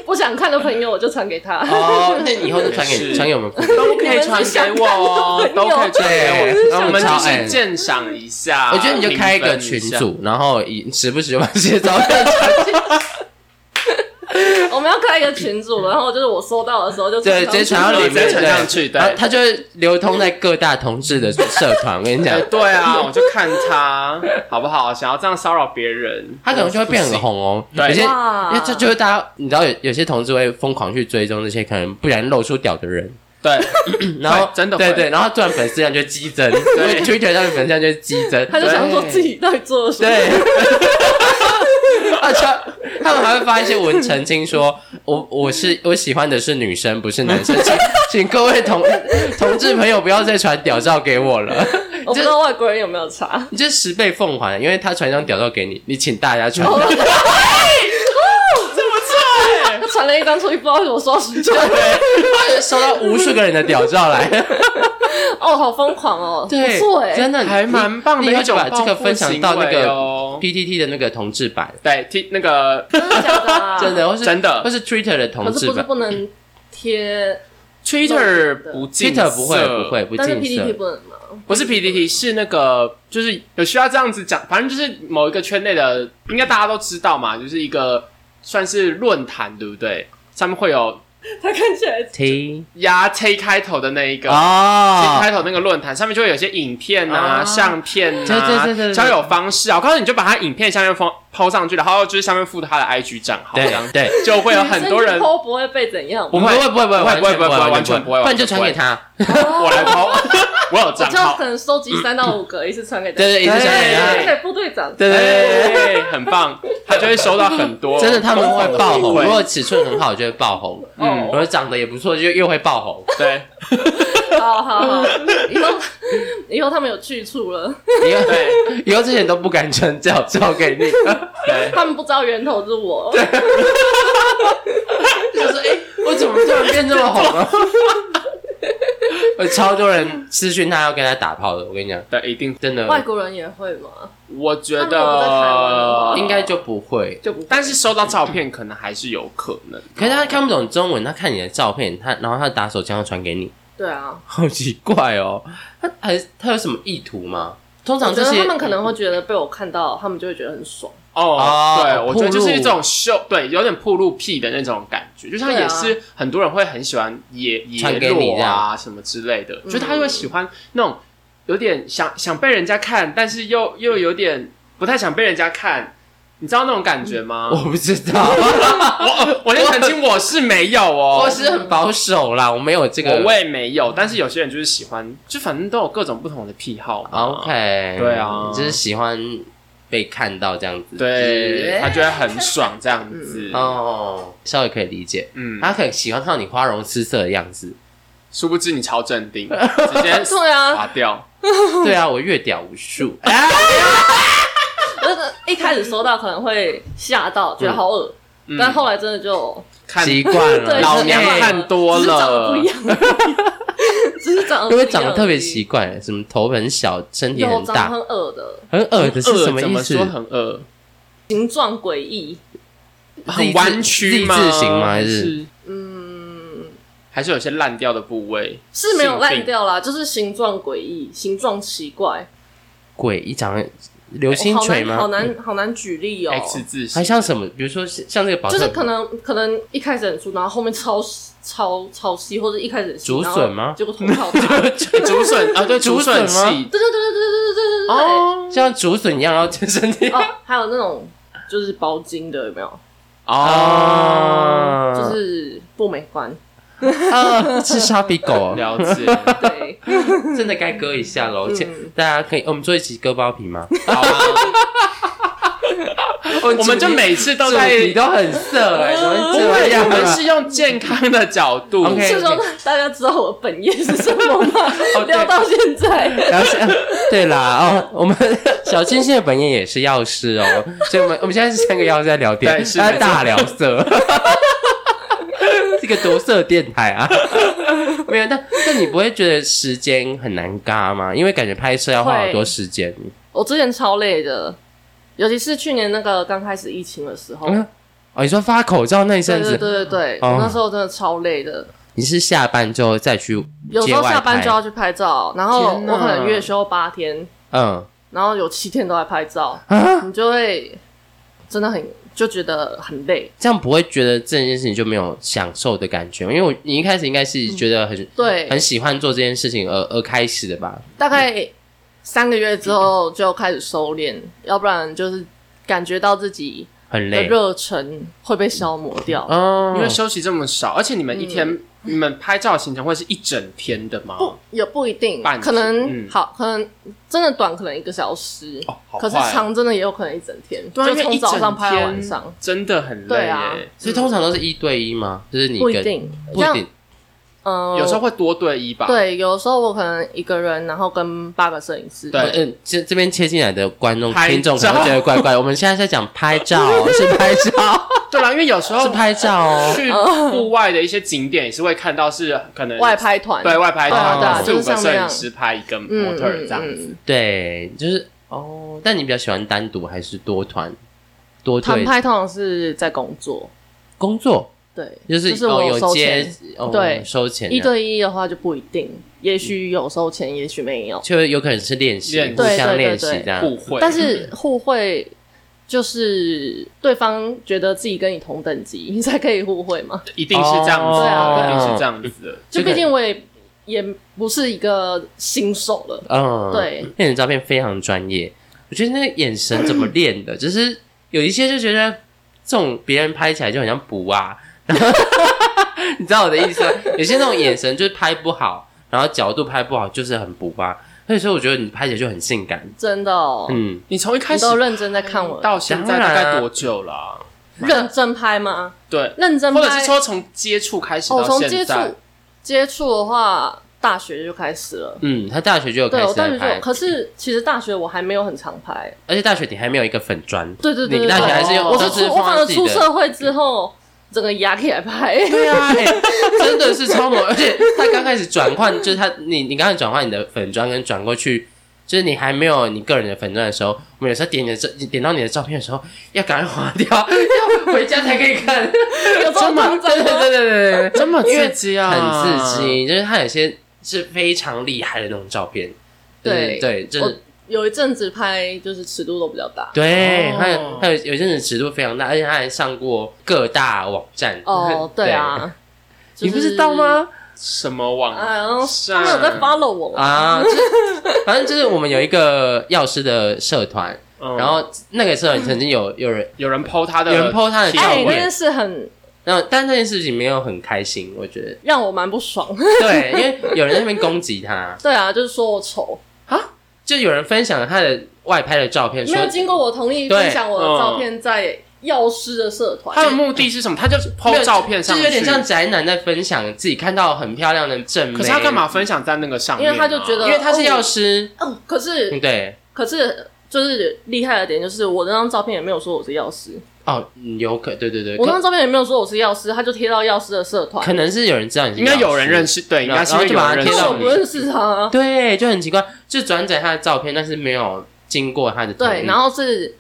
Speaker 2: 不想看的朋友，我就传给他。
Speaker 1: 哦，那你以后就传
Speaker 3: 也
Speaker 1: 给
Speaker 3: 是
Speaker 1: 传给我们。
Speaker 3: 都可以传给我哦，都可以传给
Speaker 1: 对
Speaker 3: 我，
Speaker 1: 那
Speaker 3: 我
Speaker 1: 我
Speaker 3: 们
Speaker 1: 们
Speaker 3: 就
Speaker 1: 超
Speaker 3: 是
Speaker 1: 爱
Speaker 3: 鉴赏一下。
Speaker 1: 我觉得你就开一个群
Speaker 3: 评分一下，
Speaker 1: 组，然后以时不时就把这些照片传进去，
Speaker 2: 我们要开一个群组，然后就是我收到的时候
Speaker 1: [LAUGHS]
Speaker 2: 就
Speaker 1: 对，直接传到里面，
Speaker 3: 直接
Speaker 1: [LAUGHS]
Speaker 3: 传
Speaker 1: 对
Speaker 3: 上去对
Speaker 1: 然后它就会流通在各大同志的社团。我跟你讲
Speaker 3: 哎，对啊，我就看他好不好，想要这样骚扰别人，
Speaker 1: 他可能就会变很红哦。
Speaker 3: 对
Speaker 1: 有些，
Speaker 2: 哇
Speaker 1: 因为这就是大家，你知道有有些同志会疯狂去追踪那些可能不然露出屌的人，
Speaker 3: 嗯对，
Speaker 1: 然后
Speaker 3: 真的会
Speaker 1: 对对，然后突然粉丝量就激
Speaker 3: [LAUGHS]
Speaker 1: 增，因 [LAUGHS] 为 Twitter 上面粉丝量就激增，
Speaker 2: 他就想说自己到底做了什
Speaker 1: [LAUGHS]
Speaker 2: 么。
Speaker 1: 对。而且他们还会发一些文澄清说， [LAUGHS] 我我是我喜欢的是女生，不是男
Speaker 3: [LAUGHS]
Speaker 1: 生，请请各位同同志朋友不要再传屌照给我了， [LAUGHS]
Speaker 2: 我不知道外国人有没有查。
Speaker 1: 你这十倍奉还，因为他传一张屌照给你，你请大家传，
Speaker 2: 哦他传了
Speaker 1: [LAUGHS]
Speaker 2: 一张出去，不知道为什么收到什么。
Speaker 1: 对，收到无数个人的屌照来，
Speaker 2: 哦，好疯狂哦，
Speaker 1: 对，
Speaker 2: 不错哎，
Speaker 1: 真的
Speaker 3: 还蛮棒的
Speaker 1: 你
Speaker 3: 一
Speaker 1: 要
Speaker 3: 种
Speaker 1: 把这个分享到那
Speaker 3: 报复行为
Speaker 1: 个
Speaker 3: 哦
Speaker 1: PTT 的那个同志版，
Speaker 3: 对，听那个
Speaker 2: 真的假的
Speaker 1: [LAUGHS]
Speaker 2: 啊？
Speaker 1: 真的，或是
Speaker 3: 真的
Speaker 1: 或是 Twitter 的同
Speaker 2: 可是
Speaker 1: 志
Speaker 2: 不是
Speaker 1: 版
Speaker 2: 不能贴，
Speaker 3: Twitter 不进
Speaker 1: ，Twitter 不会不，会不
Speaker 2: 但是
Speaker 1: 进
Speaker 2: PPT
Speaker 1: 色，
Speaker 2: 不能吗？
Speaker 3: 不是 PPT，是那个就是有需要这样子讲，反正就是某一个圈内的，应该大家都知道嘛，就是一个算是论坛，对不对？上面会有
Speaker 2: 它看起来
Speaker 1: T
Speaker 3: 牙 T 开头的那一个。
Speaker 1: 哦，
Speaker 3: 开头那个论坛上面就会有一些影片啊、
Speaker 1: 啊
Speaker 3: 相片啊、
Speaker 1: 对对对对对
Speaker 3: 交友方式啊。我告诉你，你就把他影片下面放抛上去，然后就是上面附他的 IG 账号，这样
Speaker 1: 对对，
Speaker 3: 就会有很多人
Speaker 2: 偷不会被怎样吗？
Speaker 1: 我们不会不会不
Speaker 3: 不会
Speaker 1: 会
Speaker 3: 不会不会
Speaker 1: 完
Speaker 3: 完全
Speaker 1: 全
Speaker 3: 不
Speaker 1: 不
Speaker 3: 会
Speaker 1: 不然就
Speaker 3: 完全
Speaker 1: 传
Speaker 3: 不会
Speaker 1: 给他，
Speaker 3: 我
Speaker 1: [LAUGHS]
Speaker 3: 来抛，我有
Speaker 2: 我
Speaker 3: 账
Speaker 2: 就
Speaker 3: 号
Speaker 2: 可，能收集三到五个，一次传给大家
Speaker 1: 对对，一直传给
Speaker 3: 对
Speaker 1: 他
Speaker 2: 传。给部队长。
Speaker 1: 对对对对
Speaker 3: 对，哎很棒，他就会收到很多，
Speaker 1: 哎对，真的他们会爆
Speaker 3: 疯狂
Speaker 1: 红。
Speaker 3: 的回
Speaker 1: 如
Speaker 3: 馈
Speaker 1: 果尺寸很好，就会爆红；
Speaker 3: 嗯
Speaker 1: 如果长得也不错，就又会爆红。
Speaker 3: 对
Speaker 2: 好好好，以后 [LAUGHS] 以后他们有去处了，
Speaker 1: 以后
Speaker 3: 对
Speaker 1: 以后这些都不敢称叫交给你，
Speaker 3: 对，
Speaker 2: 他们不知道源头是我。
Speaker 1: 就是哎、我怎么突然变这么红了、有超多人私讯他要跟他打炮的，我跟你讲，
Speaker 3: 对，一定，
Speaker 1: 真的，
Speaker 2: 外国人也会吗？
Speaker 3: 我觉
Speaker 2: 他如果不在台湾的
Speaker 3: 得
Speaker 2: 话
Speaker 1: 应该就不会。
Speaker 2: 就不会，
Speaker 3: 但是收到照片可能还是有可能。
Speaker 1: 可是他看不懂中文，他看你的照片，他然后他打手枪要传给你，
Speaker 2: 对啊，
Speaker 1: 好奇怪哦。他还他有什么意图吗？通
Speaker 2: 我
Speaker 1: 常
Speaker 2: 觉
Speaker 1: 这
Speaker 2: 得
Speaker 1: 些
Speaker 2: 他们可能会觉得被我看到，他们就会觉得很爽。
Speaker 3: 哦，
Speaker 1: 哦
Speaker 3: 对，我
Speaker 1: 暴
Speaker 3: 觉得
Speaker 1: 露
Speaker 3: 就是一种秀，对，有点铺路屁的那种感觉，就像
Speaker 2: 对啊
Speaker 3: 也是很多人会很喜欢野野
Speaker 1: 传给你
Speaker 3: 落
Speaker 1: 这
Speaker 3: 啊
Speaker 1: 样
Speaker 3: 什么之类的，
Speaker 2: 嗯
Speaker 3: 就是他会喜欢那种有点想想被人家看，但是又又有点不太想被人家看，你知道那种感觉吗？
Speaker 1: 我不知
Speaker 2: [LAUGHS]
Speaker 1: 道，
Speaker 3: 我我先澄清，我是没有哦
Speaker 1: 我， [LAUGHS] 是很保守啦，我没有这个
Speaker 3: 我。也没有，但是有些人就是喜欢，就反正都有各种不同的癖好嘛。
Speaker 1: OK，
Speaker 3: 对啊
Speaker 1: 就是喜欢被看到这样子，就是
Speaker 3: 对，他
Speaker 1: 哎
Speaker 3: 觉得很爽这样子。
Speaker 1: 哦，稍微可以理解。
Speaker 3: 嗯，
Speaker 1: 他可能喜欢看到你花容失色的样子。
Speaker 3: 殊不知你超镇定，直接
Speaker 2: 对 [LAUGHS] 啊，
Speaker 3: 拔掉。
Speaker 1: 对啊，我阅屌无数。
Speaker 2: 就是一开始收到可能会吓到，觉得好恶，
Speaker 3: 嗯
Speaker 2: 但后来真的就
Speaker 3: 看
Speaker 1: 习惯了，
Speaker 2: 对
Speaker 3: 老
Speaker 2: 习
Speaker 3: 娘
Speaker 2: 惯了
Speaker 3: 看多
Speaker 2: 只是长得不
Speaker 3: 了
Speaker 2: 一，样，只是长得
Speaker 1: 因
Speaker 2: 不一
Speaker 1: 为
Speaker 2: 样
Speaker 1: 长得特别奇
Speaker 2: 奇，
Speaker 1: 怪，什么头很小，身体
Speaker 2: 有
Speaker 1: 很
Speaker 2: 长得
Speaker 1: 大
Speaker 2: 很，恶的，
Speaker 1: 很恶的是什
Speaker 3: 饿
Speaker 1: 么
Speaker 3: 怎
Speaker 1: 意
Speaker 3: 么
Speaker 1: 思
Speaker 3: 说？很饿，
Speaker 2: 形状诡异，
Speaker 3: 很弯曲吗？
Speaker 1: 自己自行吗还是
Speaker 2: 嗯，
Speaker 3: 还是有些烂掉的部位？
Speaker 2: 是没有
Speaker 3: 性
Speaker 2: 烂
Speaker 3: 病。
Speaker 2: 掉啦，就是形状诡异，形状奇怪，
Speaker 1: 鬼一长得流星
Speaker 2: 好
Speaker 1: 锤
Speaker 2: 难好
Speaker 1: 吗？
Speaker 2: 难好难举例哦，
Speaker 3: X 字
Speaker 1: 还
Speaker 3: 形，
Speaker 1: 像什么？比如说像这个保
Speaker 2: 就是
Speaker 1: 特
Speaker 2: 可能可能一开始很粗，然后后面超超超细，或者一开始很细
Speaker 1: 竹笋吗
Speaker 2: 然后结果头超大，对对对对对
Speaker 3: 哎竹笋啊，对，
Speaker 1: 竹
Speaker 3: 竹笋
Speaker 1: 笋吗
Speaker 3: 系
Speaker 2: 对对对对。
Speaker 3: 哦
Speaker 1: 像竹笋一样，然后身体 [LAUGHS]
Speaker 2: 哦，还有那种就是包茎的有没有？
Speaker 3: 哦，
Speaker 2: 就是不美观，
Speaker 1: 啊，是沙比
Speaker 3: [LAUGHS]
Speaker 1: 狗，
Speaker 3: 哦了解。
Speaker 2: 对，
Speaker 1: 真的该割一下喽。
Speaker 2: 嗯
Speaker 1: 且大家可以，哦我们做一起割包皮吗？
Speaker 3: 好啊，我们就每次都在，
Speaker 1: 主题都很 [LAUGHS] 色哎，怎么会
Speaker 3: 不
Speaker 1: 这
Speaker 3: 会，
Speaker 1: 样
Speaker 3: 我们
Speaker 1: 啊？
Speaker 3: 是用健康的角度。
Speaker 1: [LAUGHS] OK
Speaker 2: 是说大家知道我本业是什么
Speaker 1: [LAUGHS]
Speaker 2: 吗？聊到现在，
Speaker 1: 然后是，对啦，哦，我们小清新的本业也是药师哦，所以我们我们现在是三个药师在聊
Speaker 3: 对
Speaker 1: 天，
Speaker 3: 是
Speaker 1: 在大聊色，
Speaker 2: [LAUGHS]
Speaker 1: 这个多色电台啊，没有，但但你不会觉得时间很难嘎吗？因为感觉拍摄要花好多时间，
Speaker 2: 我之前超累的，尤其是去年那个刚开始疫情的时候，
Speaker 1: 嗯，哦，你说发口罩那一
Speaker 2: 对
Speaker 1: 阵
Speaker 2: 对
Speaker 1: 子，
Speaker 2: 对对对，
Speaker 1: 哦
Speaker 2: 我那时候真的超累的，
Speaker 1: 你是下班之后再去，
Speaker 2: 有时候下班就要去拍照，然后
Speaker 3: 天哪
Speaker 2: 我可能月休八天，
Speaker 1: 嗯
Speaker 2: 然后有七天都在拍照，
Speaker 1: [LAUGHS] 啊，
Speaker 2: 你就会真的很就觉得很累，
Speaker 1: 这样不会觉得这件事情就没有享受的感觉吗，因为我你一开始应该是觉得很。
Speaker 2: 对，
Speaker 1: 很喜欢做这件事情而而开始的吧？
Speaker 2: 大概三个月之后就开始收敛，要不然就是感觉到自己
Speaker 1: 很
Speaker 2: 的
Speaker 1: 累，
Speaker 2: 热忱会被消磨掉。
Speaker 1: 哦，
Speaker 3: 因为休息这么少，而且你们一天、
Speaker 2: 嗯
Speaker 3: 你们拍照行程会是一整天的吗？
Speaker 2: 不，也不一定
Speaker 3: 半，
Speaker 2: 可能、
Speaker 3: 嗯
Speaker 2: 好，可能真的短，可能一个小时，
Speaker 3: 哦，好
Speaker 2: 可是长真的也有可能一整天，
Speaker 3: 对啊
Speaker 2: 就
Speaker 3: 因为
Speaker 2: 从
Speaker 3: 一
Speaker 2: 早上
Speaker 3: 整
Speaker 2: 拍到晚
Speaker 3: 天
Speaker 2: 上，
Speaker 3: 真的很累
Speaker 2: 对
Speaker 3: 耶、
Speaker 2: 啊
Speaker 1: 所以通常都是一对一吗？就是你
Speaker 2: 不
Speaker 1: 跟
Speaker 2: 一定，
Speaker 1: 不一定，
Speaker 2: 嗯、呃
Speaker 3: 有时候会多对一吧？，
Speaker 2: 对，有时候我可能一个人，然后跟八个摄影师，
Speaker 3: 对
Speaker 1: 嗯，这这边切进来的观众
Speaker 3: 拍
Speaker 1: 听众可
Speaker 3: 照
Speaker 2: [LAUGHS]
Speaker 1: 能会觉得怪怪。我们现在在讲拍照，是拍照，
Speaker 3: 对啦，因为有时候
Speaker 1: 是拍照哦。
Speaker 3: 去户外的一些景点也是会看到是可能
Speaker 2: 外拍团，
Speaker 3: 对外拍
Speaker 1: 啊对啊
Speaker 3: 团四
Speaker 2: 就
Speaker 3: 五
Speaker 2: 是
Speaker 3: 个
Speaker 2: 像
Speaker 3: 摄
Speaker 2: 那
Speaker 3: 影
Speaker 2: 样
Speaker 3: 师拍一个模
Speaker 2: 嗯，
Speaker 3: 特儿这样子。
Speaker 2: 嗯嗯
Speaker 1: 对，就是哦。但你比较喜欢单独还是多团？多
Speaker 2: 团
Speaker 1: 队
Speaker 2: 拍通常是在工作，
Speaker 1: 工作
Speaker 2: 对，
Speaker 1: 就是
Speaker 2: 就是
Speaker 1: 哦
Speaker 2: 我
Speaker 1: 有
Speaker 2: 收
Speaker 1: 接
Speaker 2: 钱，
Speaker 1: 哦
Speaker 2: 对
Speaker 1: 收钱
Speaker 2: 一
Speaker 1: 的，
Speaker 2: 对一的话就不一定，也许有收钱，也许没有，
Speaker 1: 就有可能是练习，
Speaker 3: 练
Speaker 1: 互
Speaker 2: 对
Speaker 1: 相
Speaker 2: 对对
Speaker 1: 练习
Speaker 2: 对
Speaker 1: 这样。
Speaker 3: 互惠，
Speaker 2: 但是
Speaker 1: 嗯
Speaker 2: 互惠就是对方觉得自己跟你同等级，你才可以互惠嘛。
Speaker 3: 一定是这样
Speaker 1: 哦
Speaker 3: 子，
Speaker 2: 对啊对
Speaker 3: 一
Speaker 2: 啊
Speaker 3: 定是这样子的。
Speaker 2: 就
Speaker 1: 这个
Speaker 2: 毕竟我也也不是一个新手了，
Speaker 1: 嗯，
Speaker 2: 对，
Speaker 1: 那你的照片非常专业。我觉得那个眼神怎么练的，就是有一些就觉得这种别人拍起来就很像补啊， [LAUGHS] 你知道我的意思吗？有些那种眼神就是拍不好，然后角度拍不好，就是很补啊。所以说，我觉得你拍起来就很性感。
Speaker 2: 真的、哦。
Speaker 1: 嗯，
Speaker 3: 你从一开
Speaker 2: 你
Speaker 3: 始
Speaker 2: 都认真在看我，
Speaker 3: 到现在大概多久了啊、
Speaker 2: 认真拍吗？
Speaker 3: 对，
Speaker 2: 认真
Speaker 3: 或者
Speaker 2: 拍
Speaker 3: 是，说从接触开始
Speaker 2: 哦，
Speaker 3: 到
Speaker 2: 从接
Speaker 3: 现
Speaker 2: 触
Speaker 3: 在，
Speaker 2: 接触的话，大学就开始了。
Speaker 1: 嗯，他大学就有开
Speaker 2: 对，我
Speaker 1: 始
Speaker 2: 大学
Speaker 1: 在
Speaker 2: 就有，
Speaker 1: 拍，
Speaker 2: 可是其实大学我还没有很常拍。
Speaker 1: 而且大学你还没有一个粉砖，
Speaker 2: 对对对
Speaker 1: 你
Speaker 2: 对
Speaker 1: 大学还
Speaker 2: 对，
Speaker 1: 是有，
Speaker 3: 哦
Speaker 2: 我
Speaker 1: 都
Speaker 2: 是
Speaker 1: 是
Speaker 2: 出，我反而
Speaker 1: 放自己
Speaker 2: 出
Speaker 1: 的
Speaker 2: 社会之后，整个压起来拍。 [LAUGHS]
Speaker 1: 对啊，哎真的是超猛！而且他刚开始转换，就是他你你刚开始转换你的粉砖跟转过去，就是你还没有你个人的粉砖的时候，我们有时候点你的照点到你的照片的时候，要赶快划掉， [LAUGHS] 要回家才可以看。
Speaker 2: 有这么夸张
Speaker 1: 对对
Speaker 2: 吗？
Speaker 1: 对对对
Speaker 3: 这么
Speaker 1: 因为
Speaker 3: 刺激啊，
Speaker 1: 很刺。激，就是他有些是非常厉害的那种照片。就是
Speaker 2: 对
Speaker 1: 对，就
Speaker 2: 我
Speaker 1: 是
Speaker 2: 有一阵子拍就是尺度都比较大。
Speaker 1: 对，
Speaker 3: 哦
Speaker 1: 他有他有有一阵子尺度非常大，而且他还上过各大网站。 [LAUGHS]
Speaker 2: 哦，对，啊，就
Speaker 1: 你不知道？吗？
Speaker 3: 什么网
Speaker 2: 哎呦，他
Speaker 3: 站
Speaker 2: 们有在 follow 我吗？
Speaker 1: 啊，就是反正就是我们有一个药师的社团，
Speaker 3: 嗯
Speaker 1: 然后那个社团曾经有有人，
Speaker 3: 有人 PO 他的，
Speaker 1: 有人 po 他的
Speaker 3: 贴
Speaker 1: 照
Speaker 2: 哎，
Speaker 1: 片
Speaker 2: 那
Speaker 3: 文
Speaker 2: 件事很
Speaker 1: 然后但那件事情没有很开心，我觉得
Speaker 2: 让我蛮不爽。 [LAUGHS]
Speaker 1: 对，因为有人在那边攻击他，
Speaker 2: 对啊，就是说我丑，
Speaker 1: 就有人分享他的外拍的照片，
Speaker 2: 没
Speaker 1: 说
Speaker 2: 有经过我同意
Speaker 1: 对
Speaker 2: 分享我的照片在药师的社团。
Speaker 3: 他的目的是什么？他就
Speaker 1: 没
Speaker 3: PO
Speaker 1: 有
Speaker 3: 照片上
Speaker 1: 就
Speaker 3: 去，
Speaker 1: 是有点像宅男在分享自己看到很漂亮的正妹，
Speaker 3: 可是他干？嘛分享在那个上面
Speaker 2: 因
Speaker 3: 啊？
Speaker 2: 为他就觉得
Speaker 1: 因为他是药师，
Speaker 2: 哦，可是
Speaker 1: 嗯对，
Speaker 2: 可是就是厉害的点就是，我那张照片也没有说我是药师，
Speaker 1: 哦，嗯有可对对对，
Speaker 2: 我那张
Speaker 1: 可
Speaker 2: 照片也没有说我是药师，他就贴到药师的社团
Speaker 1: 可，能是有人知道你是
Speaker 3: 应该有人认
Speaker 1: 识，
Speaker 3: 识，对，应该是
Speaker 1: 然后
Speaker 3: 因为
Speaker 1: 就把
Speaker 3: 有
Speaker 1: 它
Speaker 3: 人认
Speaker 1: 贴
Speaker 3: 识
Speaker 1: 到
Speaker 2: 那
Speaker 1: 我们
Speaker 2: 我
Speaker 3: 你
Speaker 2: 不认识他啊。
Speaker 1: 对，就很奇怪，就转载他的照片，但是没有经过他的同
Speaker 2: 对，
Speaker 1: 意
Speaker 2: 然后是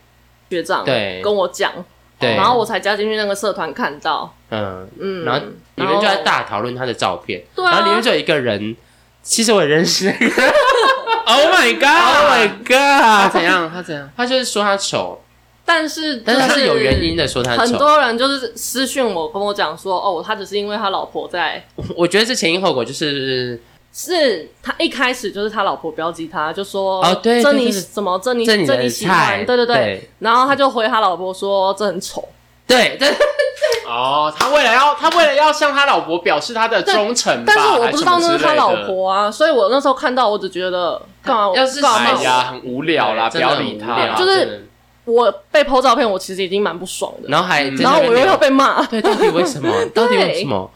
Speaker 2: 学长
Speaker 1: 嗯对
Speaker 2: 跟我讲，
Speaker 1: 对，
Speaker 2: 然后我才加进去那个社团看到，
Speaker 1: 嗯，
Speaker 2: 嗯，
Speaker 1: 然后你们就在大讨论他的照片，
Speaker 2: 对啊
Speaker 1: 然后里面就有一个人，其实我也认识那个
Speaker 2: [LAUGHS]
Speaker 1: 人
Speaker 3: Oh
Speaker 1: ，Oh
Speaker 3: my
Speaker 1: my
Speaker 3: god！他
Speaker 1: god，
Speaker 3: 怎样？他怎样？
Speaker 1: 他就是说他丑，
Speaker 2: 但是就
Speaker 1: 但是他是有原因。的说他
Speaker 2: 很
Speaker 1: 丑，
Speaker 2: 多人就是私讯我，跟我讲说，哦，他只是因为他老婆在，
Speaker 1: 我觉得这前因后果就是
Speaker 2: 是他一开始就是他老婆标记他，就说，
Speaker 1: 哦对
Speaker 2: 这
Speaker 1: 对
Speaker 2: 你
Speaker 1: 对
Speaker 2: 什么，这你
Speaker 1: 这你
Speaker 2: 这
Speaker 1: 的
Speaker 2: 你喜欢
Speaker 1: 菜，，
Speaker 2: 对对对，
Speaker 1: 对
Speaker 2: 然后他就回他老婆说这很丑，
Speaker 1: 对，但
Speaker 3: 哦，他为了要他为了要向他老婆表示他的忠诚吧，
Speaker 2: 但是我不知道那是他
Speaker 3: 还
Speaker 2: 老
Speaker 3: 什么之类的。
Speaker 2: 婆啊，所以我那时候看到我只觉得干嘛，
Speaker 1: 要是
Speaker 2: 干嘛
Speaker 3: 哎
Speaker 2: 骂
Speaker 3: 呀，很无聊啦，不
Speaker 1: 真的
Speaker 3: 要
Speaker 1: 很
Speaker 3: 理
Speaker 1: 无
Speaker 3: 他
Speaker 1: 聊
Speaker 3: 啦。
Speaker 2: 就是
Speaker 1: 真的
Speaker 2: 我我被剖照片，我其实已经蛮不爽的，
Speaker 1: 然后还
Speaker 3: 嗯
Speaker 1: 在
Speaker 2: 然后
Speaker 1: 那边
Speaker 2: 我又
Speaker 1: 聊
Speaker 2: 要被骂，
Speaker 1: 对，到底为什么？到底为什么？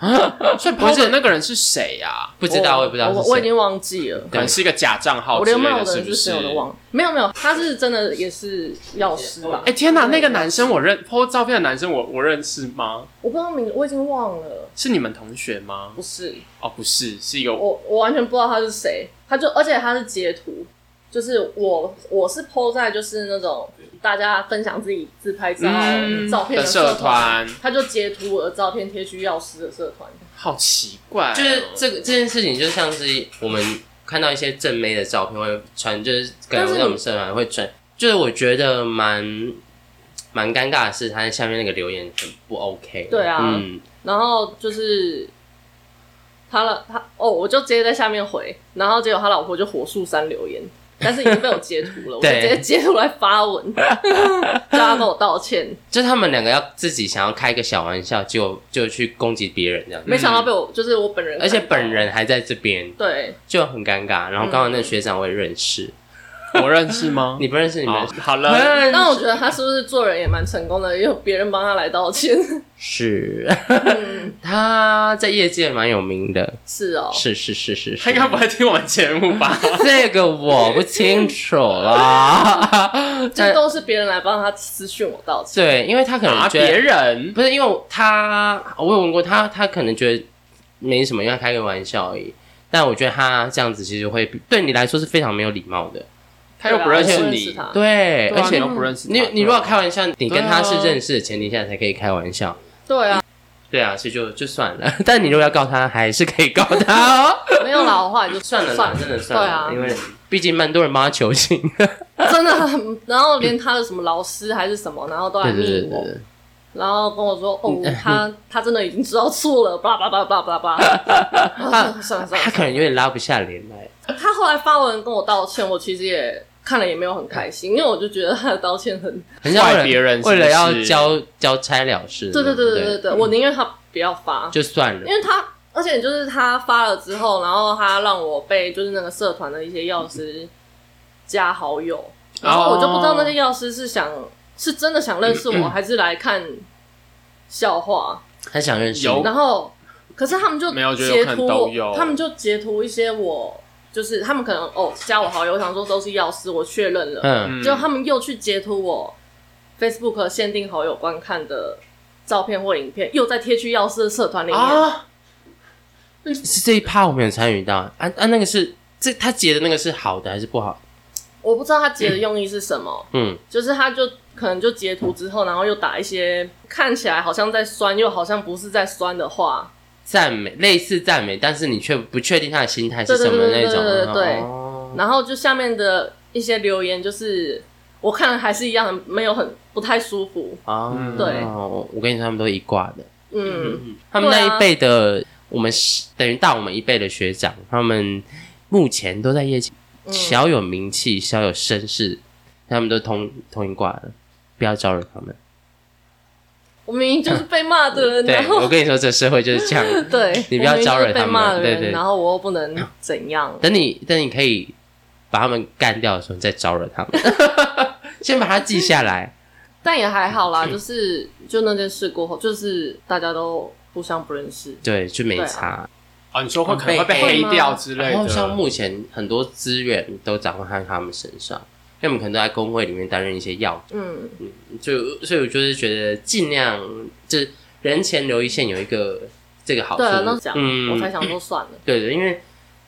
Speaker 3: 所以 PO 的那个人是谁呀？
Speaker 1: 不知道，我也不知道是
Speaker 2: 我
Speaker 1: 谁
Speaker 2: 我已经忘记了。
Speaker 3: 可能是一个假账号
Speaker 2: 我
Speaker 3: 之
Speaker 2: 连骂
Speaker 3: 类
Speaker 2: 我
Speaker 3: 的，
Speaker 2: 的
Speaker 3: 是
Speaker 2: 人
Speaker 3: 不
Speaker 2: 是
Speaker 3: 是
Speaker 2: 谁？我都忘了，没有没有，他是真的也是药师吧？
Speaker 3: 哎、天哪！那个男生我认，PO 照片的男生我我认识吗？
Speaker 2: 我不知道名，我已经忘了，
Speaker 3: 是你们同学吗？
Speaker 2: 不是
Speaker 3: 哦，不是，是一个
Speaker 2: 我，我完全不知道他是谁，他就而且他是截图，就是我我是 PO 在就是那种大家分享自己自拍照、
Speaker 3: 嗯
Speaker 2: 照片
Speaker 3: 的
Speaker 2: 社
Speaker 3: 社团，
Speaker 2: 他就截图我的照片贴去药师的社团，
Speaker 3: 好奇怪哦、
Speaker 1: 就是这个这件事情，就像是我们看到一些正妹的照片会传，就是可能
Speaker 2: 但是
Speaker 1: 在我们社团会传，就是我觉得蛮蛮尴尬的是，他在下面那个留言很不 OK。
Speaker 2: 对啊
Speaker 1: 嗯，
Speaker 2: 然后就是他了他哦，我就直接在下面回，然后结果他老婆就火速删留言，但是已经被我截图了，我就
Speaker 1: 对
Speaker 2: 直接截图来发文，叫他跟我道歉。
Speaker 1: 就他们两个要自己想要开个小玩笑，就就去攻击别人这样子，
Speaker 2: 没想到被我就是我
Speaker 1: 嗯
Speaker 2: 本人看到，
Speaker 1: 而且本人还在这边，
Speaker 2: 对
Speaker 1: 就很尴尬。然后刚好那个学长我也认识，
Speaker 3: 我认识 [LAUGHS] 吗？
Speaker 1: 你不认识
Speaker 2: 哦
Speaker 1: 你
Speaker 3: 好
Speaker 1: 们，
Speaker 3: 好了，
Speaker 1: 认
Speaker 2: 但我觉得他是不是做人也蛮成功的，也有别人帮他来道歉。
Speaker 1: 识
Speaker 2: 嗯，
Speaker 1: [LAUGHS] 他在业界蛮有名的，
Speaker 2: [LAUGHS] 是哦，
Speaker 1: 是是是是是
Speaker 3: 他应。该不会 [LAUGHS] 听我们节目吧？
Speaker 1: [LAUGHS] 这个我不清楚啦，
Speaker 2: 这都是别人来帮他私讯我道
Speaker 1: [LAUGHS]
Speaker 2: 歉。
Speaker 1: 对，因为他可
Speaker 3: 啊，
Speaker 1: 能觉
Speaker 3: 别
Speaker 1: 得
Speaker 3: 人
Speaker 1: 不是，因为他我有问过他，他可能觉得没什么，因为他开个玩笑而已。但我觉得他这样子其实会对你来说是非常没有礼貌的，
Speaker 3: 他又不认识
Speaker 2: 对啊我认
Speaker 3: 你，
Speaker 2: 识他
Speaker 1: 对，
Speaker 3: 对啊
Speaker 1: 而且
Speaker 3: 你又不认识他
Speaker 1: 你你如
Speaker 3: 对
Speaker 1: 果
Speaker 3: 啊
Speaker 1: 开玩笑，你跟他是
Speaker 3: 对啊
Speaker 1: 认识的前提下才可以开玩笑，
Speaker 2: 对啊，
Speaker 1: 对啊，所以就就算了。 [LAUGHS] 但你如果要告他，还是可以告他哦。
Speaker 2: 没有啦，我后来就
Speaker 1: 算了，
Speaker 2: [LAUGHS] 算
Speaker 1: 啦，
Speaker 2: 了，
Speaker 1: 真的算了，因
Speaker 2: 对
Speaker 1: 为毕竟蛮多人帮他求情。
Speaker 2: 啊，真的很。然后连他的什么老师还是什么，然后都来
Speaker 1: [LAUGHS] 对对对
Speaker 2: 密
Speaker 1: 对
Speaker 2: 啊我，
Speaker 1: 对，
Speaker 2: 然后跟我说哦，他他真的已经知道错了，巴拉巴拉巴拉巴拉巴拉。然后算了算了
Speaker 1: 他
Speaker 2: 算
Speaker 1: 可能有点拉不下脸来。
Speaker 2: 了，他后来发文跟我道歉，我其实也看了也没有很开心，因为我就觉得他的道歉很
Speaker 1: 很像为了
Speaker 3: 怪别人是不是
Speaker 1: 为了要交交差了事。
Speaker 2: 对对
Speaker 1: 对
Speaker 2: 对
Speaker 1: 不
Speaker 2: 对对，对，我宁愿他不要发，
Speaker 1: 就算
Speaker 2: 因
Speaker 1: 了。
Speaker 2: 为他，而且就是他发了之后，然后他让我被就是那个社团的一些药师加好友，然后我就不知道那些药师是想是真的想认识我，还是来看笑话，
Speaker 1: 很想认识你，
Speaker 3: 有
Speaker 2: 然后可是他们就
Speaker 3: 没有我觉得有
Speaker 2: 截
Speaker 3: 可
Speaker 2: 图
Speaker 3: 能都有
Speaker 2: 我，他们就截图一些我。就是他们可能哦加我好友，我想说都是药师，我确认了，
Speaker 1: 嗯，
Speaker 3: 嗯
Speaker 2: 就他们又去截图我 Facebook 限定好友观看的照片或影片，又在贴去药师的社团里面。
Speaker 3: 啊，
Speaker 1: 是这一趴我没有参与到。啊啊，那个是这他截的那个是好的还是不好？
Speaker 2: 我不知道他截的用意是什么，
Speaker 1: 嗯，
Speaker 2: 就是他就可能就截图之后，然后又打一些看起来好像在酸，又好像不是在酸的话。
Speaker 1: 赞美类似赞美，但是你却不确定他的心态是
Speaker 2: 对
Speaker 1: 什
Speaker 2: 对
Speaker 1: 么那
Speaker 2: 对对
Speaker 1: 种。
Speaker 2: 对对对
Speaker 1: 哦
Speaker 2: 然后就下面的一些留言，就是我看了还是一样很没有很不太舒服。
Speaker 1: 哦，
Speaker 2: 对
Speaker 1: 我跟你说，他们都一挂的。
Speaker 2: 嗯，
Speaker 1: 他们那
Speaker 2: 对啊
Speaker 1: 一辈的，我们是等于大我们一辈的学长，他们目前都在业界
Speaker 2: 嗯
Speaker 1: 小有名气、小有声势，他们都同同一挂的，不要招惹他们。
Speaker 2: 我明明就是被骂的
Speaker 1: [LAUGHS]
Speaker 2: 人，
Speaker 1: 对
Speaker 2: 然，后
Speaker 1: 我跟你说，这社会就是这样。
Speaker 2: [LAUGHS] 对，
Speaker 1: 你不要招惹
Speaker 2: 我明明就是
Speaker 1: 他
Speaker 2: 被
Speaker 1: 们
Speaker 2: 骂的
Speaker 1: 对对
Speaker 2: 人，然后我又不能
Speaker 1: [LAUGHS]
Speaker 2: 怎样。
Speaker 1: 等你等你可以把他们干掉的时候，你再招惹他们， [LAUGHS] 先把它记下来。
Speaker 2: 但也还好
Speaker 1: 嗯
Speaker 2: 啦，就是就那件事过后，就是大家都互相不认识。
Speaker 1: 对，就没差。
Speaker 3: 哦，你说会可能会
Speaker 1: 被
Speaker 3: 被黑掉之
Speaker 2: 啊
Speaker 3: 类
Speaker 1: 然后
Speaker 3: 的，
Speaker 1: 像目前很多资源都掌握在他们身上，因为我们可能都在工会里面担任一些要
Speaker 2: 嗯，
Speaker 1: 就所以我就是觉得尽量就是人前留一线有一个这个好处，
Speaker 2: 对啊，那讲、我才
Speaker 1: 嗯，
Speaker 2: 想说算了。
Speaker 1: 对的，因为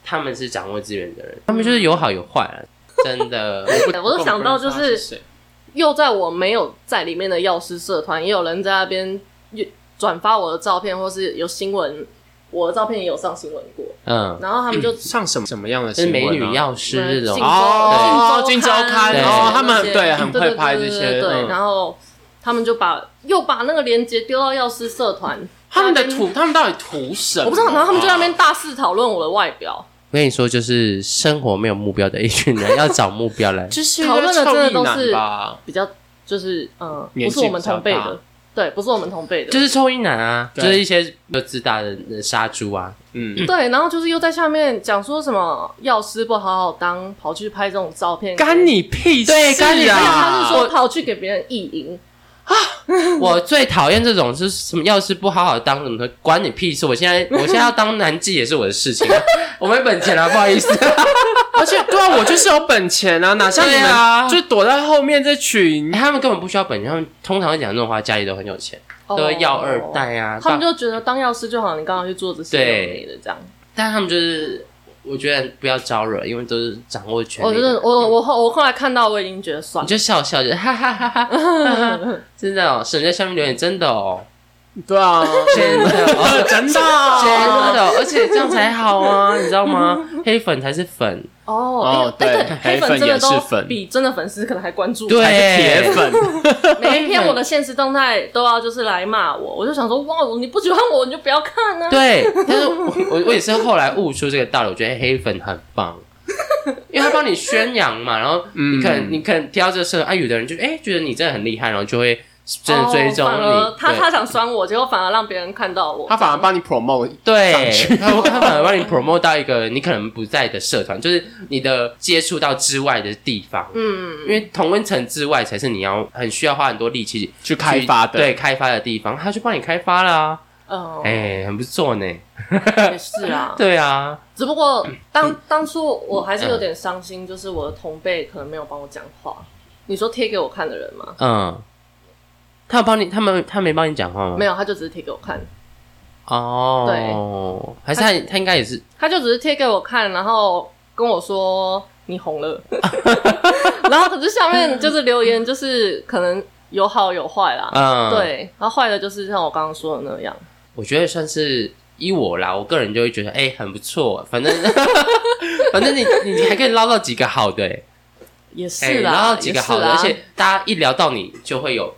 Speaker 1: 他们是掌握资源的
Speaker 2: 嗯
Speaker 1: 人，他们就是有好有坏、啊，真的。
Speaker 3: 不
Speaker 2: 我都想到就是
Speaker 3: 不认识谁
Speaker 2: 又在我没有在里面的药师社团，也有人在那边转发我的照片，或是有新闻，我的照片也有上新闻过。
Speaker 1: 嗯，
Speaker 2: 然后他们就、
Speaker 3: 上什么什么样的
Speaker 1: 就是
Speaker 3: 新闻
Speaker 1: 美
Speaker 3: 啊
Speaker 1: 女药师这种
Speaker 2: 信
Speaker 3: 啊，哦
Speaker 2: 金
Speaker 3: 金
Speaker 2: 周
Speaker 3: 周刊
Speaker 1: 对
Speaker 3: 哦他们
Speaker 2: 啊那些
Speaker 3: 对很会拍
Speaker 2: 对
Speaker 3: 这
Speaker 2: 对
Speaker 3: 些
Speaker 2: 对对对对
Speaker 3: 嗯
Speaker 2: 然后他们就把又把那个链接丢到药师社团，
Speaker 3: 他们的
Speaker 2: 在那边
Speaker 3: 图，他们到底图什么？啊
Speaker 2: 我不知道，然后他们就在那边大肆讨论我的外表。
Speaker 1: 我跟你说，就是生活没有目标的一群人，要找目标 [LAUGHS] 来。
Speaker 3: 就是
Speaker 2: 讨论的真的都是
Speaker 3: 臭意男吧
Speaker 2: 比较就是嗯，
Speaker 3: 年
Speaker 2: 不
Speaker 3: 纪
Speaker 2: 是我们
Speaker 3: 比较
Speaker 2: 同辈
Speaker 3: 大
Speaker 2: 的，对，不是我们同辈的，
Speaker 1: 就是臭衣男啊，就
Speaker 3: 对
Speaker 1: 是一些就自大的呃杀猪啊，
Speaker 3: 嗯，
Speaker 2: 对，然后就是又在下面讲说什么药师不好好当，跑去拍这种照片，
Speaker 3: 干你屁事啊！
Speaker 1: 对干你屁事
Speaker 2: 而且他是说
Speaker 3: 我
Speaker 2: 跑去给别人意淫，
Speaker 1: 我最讨厌这种，就是什么要是不好好当，怎么说关你屁事？我现在我现在要当男妓也是我的事情啊、我没本钱啊， [LAUGHS] 不好意思。
Speaker 3: 而且对啊，我就是有本钱啊，哪像你
Speaker 1: 对啊
Speaker 3: 们就躲在后面这群
Speaker 1: 欸他们根本不需要本钱，他们通常会讲这种话，家里都很有钱，都会要二
Speaker 2: 哦，
Speaker 1: 代啊。
Speaker 2: 他们
Speaker 1: 但
Speaker 2: 就觉得当药师就好，你刚刚去做这些
Speaker 1: 对
Speaker 2: 有的没的这样。
Speaker 1: 但他们就是，我觉得不要招惹，因为都是掌握权
Speaker 2: 我
Speaker 1: 力
Speaker 2: 就
Speaker 1: 的。
Speaker 2: 是我我后我后来看到我已经觉得算
Speaker 1: 你 [LAUGHS]
Speaker 2: 了，
Speaker 1: 就笑笑，就哈哈哈哈哈哈，真的哦，省在下面留言，真的哦，
Speaker 3: 对啊，
Speaker 1: 真的哦，
Speaker 3: [LAUGHS] 真的
Speaker 1: 真
Speaker 3: 啊
Speaker 1: 的哦，而且这样才好啊，你知道
Speaker 2: [LAUGHS]
Speaker 1: 吗？黑粉才是粉，
Speaker 2: [LAUGHS] 哦哎
Speaker 3: 对
Speaker 2: 哎黑
Speaker 3: 黑粉
Speaker 2: 真的
Speaker 3: 也是
Speaker 2: 都
Speaker 3: 粉
Speaker 2: 比真的粉丝可能还关注我，
Speaker 1: 对
Speaker 3: 还是铁粉，
Speaker 2: 每一
Speaker 1: [LAUGHS]
Speaker 2: 篇我的现实动态都要就是来骂我，我就想说哇，你不喜欢我你就不要看啊，
Speaker 1: 对，但是我我我也是后来悟出这个道理，我觉得黑粉很棒，因为他帮你宣扬嘛，然后你可能、
Speaker 3: 嗯
Speaker 1: 你可能挑这个社团，啊，有的人就哎、觉得你真的很厉害，然后就会真的追踪
Speaker 2: 哦反
Speaker 1: 你。
Speaker 2: 而他
Speaker 1: 对
Speaker 2: 他想酸我，结果反而让别人看到我。
Speaker 3: 他反而帮你 promote 上去
Speaker 1: 对，他他反而帮你 promote 到一个你可能不在的社团，就是你的接触到之外的地方。
Speaker 2: 嗯，
Speaker 1: 因为同温层之外才是你要很需要花很多力气去
Speaker 3: 去开发的，
Speaker 1: 对，开发的地方，他去帮你开发啦、
Speaker 2: 哦
Speaker 1: 哎、，很不错呢。
Speaker 2: 也是啊。
Speaker 1: [LAUGHS] 对啊，
Speaker 2: 只不过当当初我还是有点伤心，就是我的同辈可能没有帮我讲话。你说贴给我看的人吗？
Speaker 1: 嗯，他有帮你，他们他没帮你讲话吗？
Speaker 2: 没
Speaker 1: 有
Speaker 2: 有，他就只是贴给我看，
Speaker 1: 哦，对，还是他他应该也是
Speaker 2: 他就只是贴给我看，然后跟我说你红
Speaker 1: [LAUGHS]
Speaker 2: 了。然后可是下面就是留言，就是可能有好有坏啦。
Speaker 1: 嗯，，
Speaker 2: 对，然后坏的就是像我刚刚说的那样，
Speaker 1: 我觉得算是依我啦，我个人就会觉得哎、很不错，
Speaker 2: [LAUGHS]
Speaker 1: 反正反正你你还可以捞到几个好的、欸，
Speaker 2: 也
Speaker 1: 哎
Speaker 2: 是啦，
Speaker 1: 然后几个好的，
Speaker 2: 也
Speaker 1: 而
Speaker 2: 是啦
Speaker 1: 且大家一聊到你就会有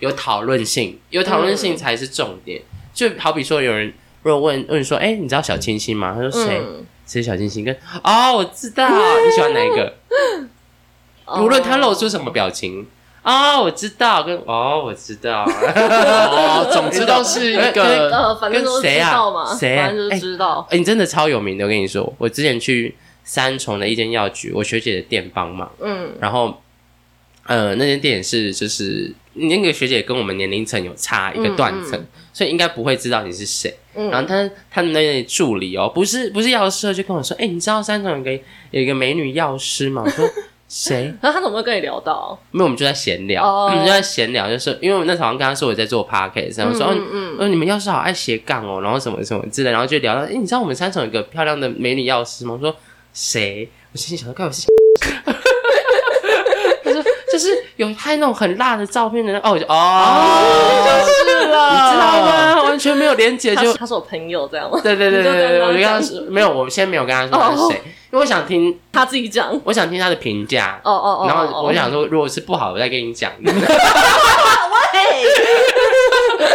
Speaker 1: 有讨论性，有讨论
Speaker 2: 嗯
Speaker 1: 性才是重点。就好比说有人如果问问说，哎、你知道小清新吗？他说谁？
Speaker 2: 嗯
Speaker 1: 谁、小清新？跟哦，我知道，你喜欢哪一个？
Speaker 2: 哦
Speaker 1: 无论他露出什么表情。哦，我知道，跟哦，我知道，
Speaker 3: 哦，总之都是一
Speaker 1: 哎
Speaker 3: 个
Speaker 2: 呃，反正都
Speaker 1: 跟
Speaker 2: 是
Speaker 1: 谁
Speaker 2: 知
Speaker 1: 啊
Speaker 2: 道嘛，
Speaker 1: 谁啊
Speaker 2: 反正就是知道。
Speaker 1: [LAUGHS] 哎、你真的超有名的，我跟你说，我之前去三重的一间药局，我学姐的店帮忙，
Speaker 2: 嗯
Speaker 1: 然后，呃，那间店也是就是那个学姐跟我们年龄层有差一个断层，
Speaker 2: 嗯
Speaker 1: 所以应该不会知道你是谁。哎然后
Speaker 2: 嗯
Speaker 1: 他他们那助理哦，不是不是药师哦，就跟我说，哎、你知道三重有个有一个美女药师吗？我说谁？ [LAUGHS]
Speaker 2: 那他怎么会跟你聊到？
Speaker 1: 没有，我们就在闲聊，
Speaker 2: 哦
Speaker 1: 我们就在闲聊，就是因为我那时候好像跟他说我在做 podcast，然后说，
Speaker 2: 嗯
Speaker 1: 嗯
Speaker 2: 嗯
Speaker 1: 哦，你们药师好爱斜杠哦，然后什么什么之类，然后就聊到，哎、你知道我们三重有个漂亮的美女药师吗？我说谁？我心里想说，该不
Speaker 2: [LAUGHS]
Speaker 1: 是他说就是有拍那种很辣的照片的那，哦，我就哦，
Speaker 2: 就是了
Speaker 1: 你知道？吗？完全没有连接
Speaker 2: 他，
Speaker 1: 就是
Speaker 2: 他是我朋友这样 [LAUGHS] 吗？
Speaker 1: 对对对对
Speaker 2: 你就
Speaker 1: 对，
Speaker 2: 跟他
Speaker 1: 我就跟他
Speaker 2: 讲哦
Speaker 1: 说没有，我先没有跟他说他是谁，因为我想听，
Speaker 2: 他自己讲。哦
Speaker 1: 我想听他的评价。
Speaker 2: 哦哦，
Speaker 1: 然后我
Speaker 2: 哦
Speaker 1: 想说，如果是不好，我再跟
Speaker 2: [LAUGHS]
Speaker 1: 你讲。
Speaker 2: 喂，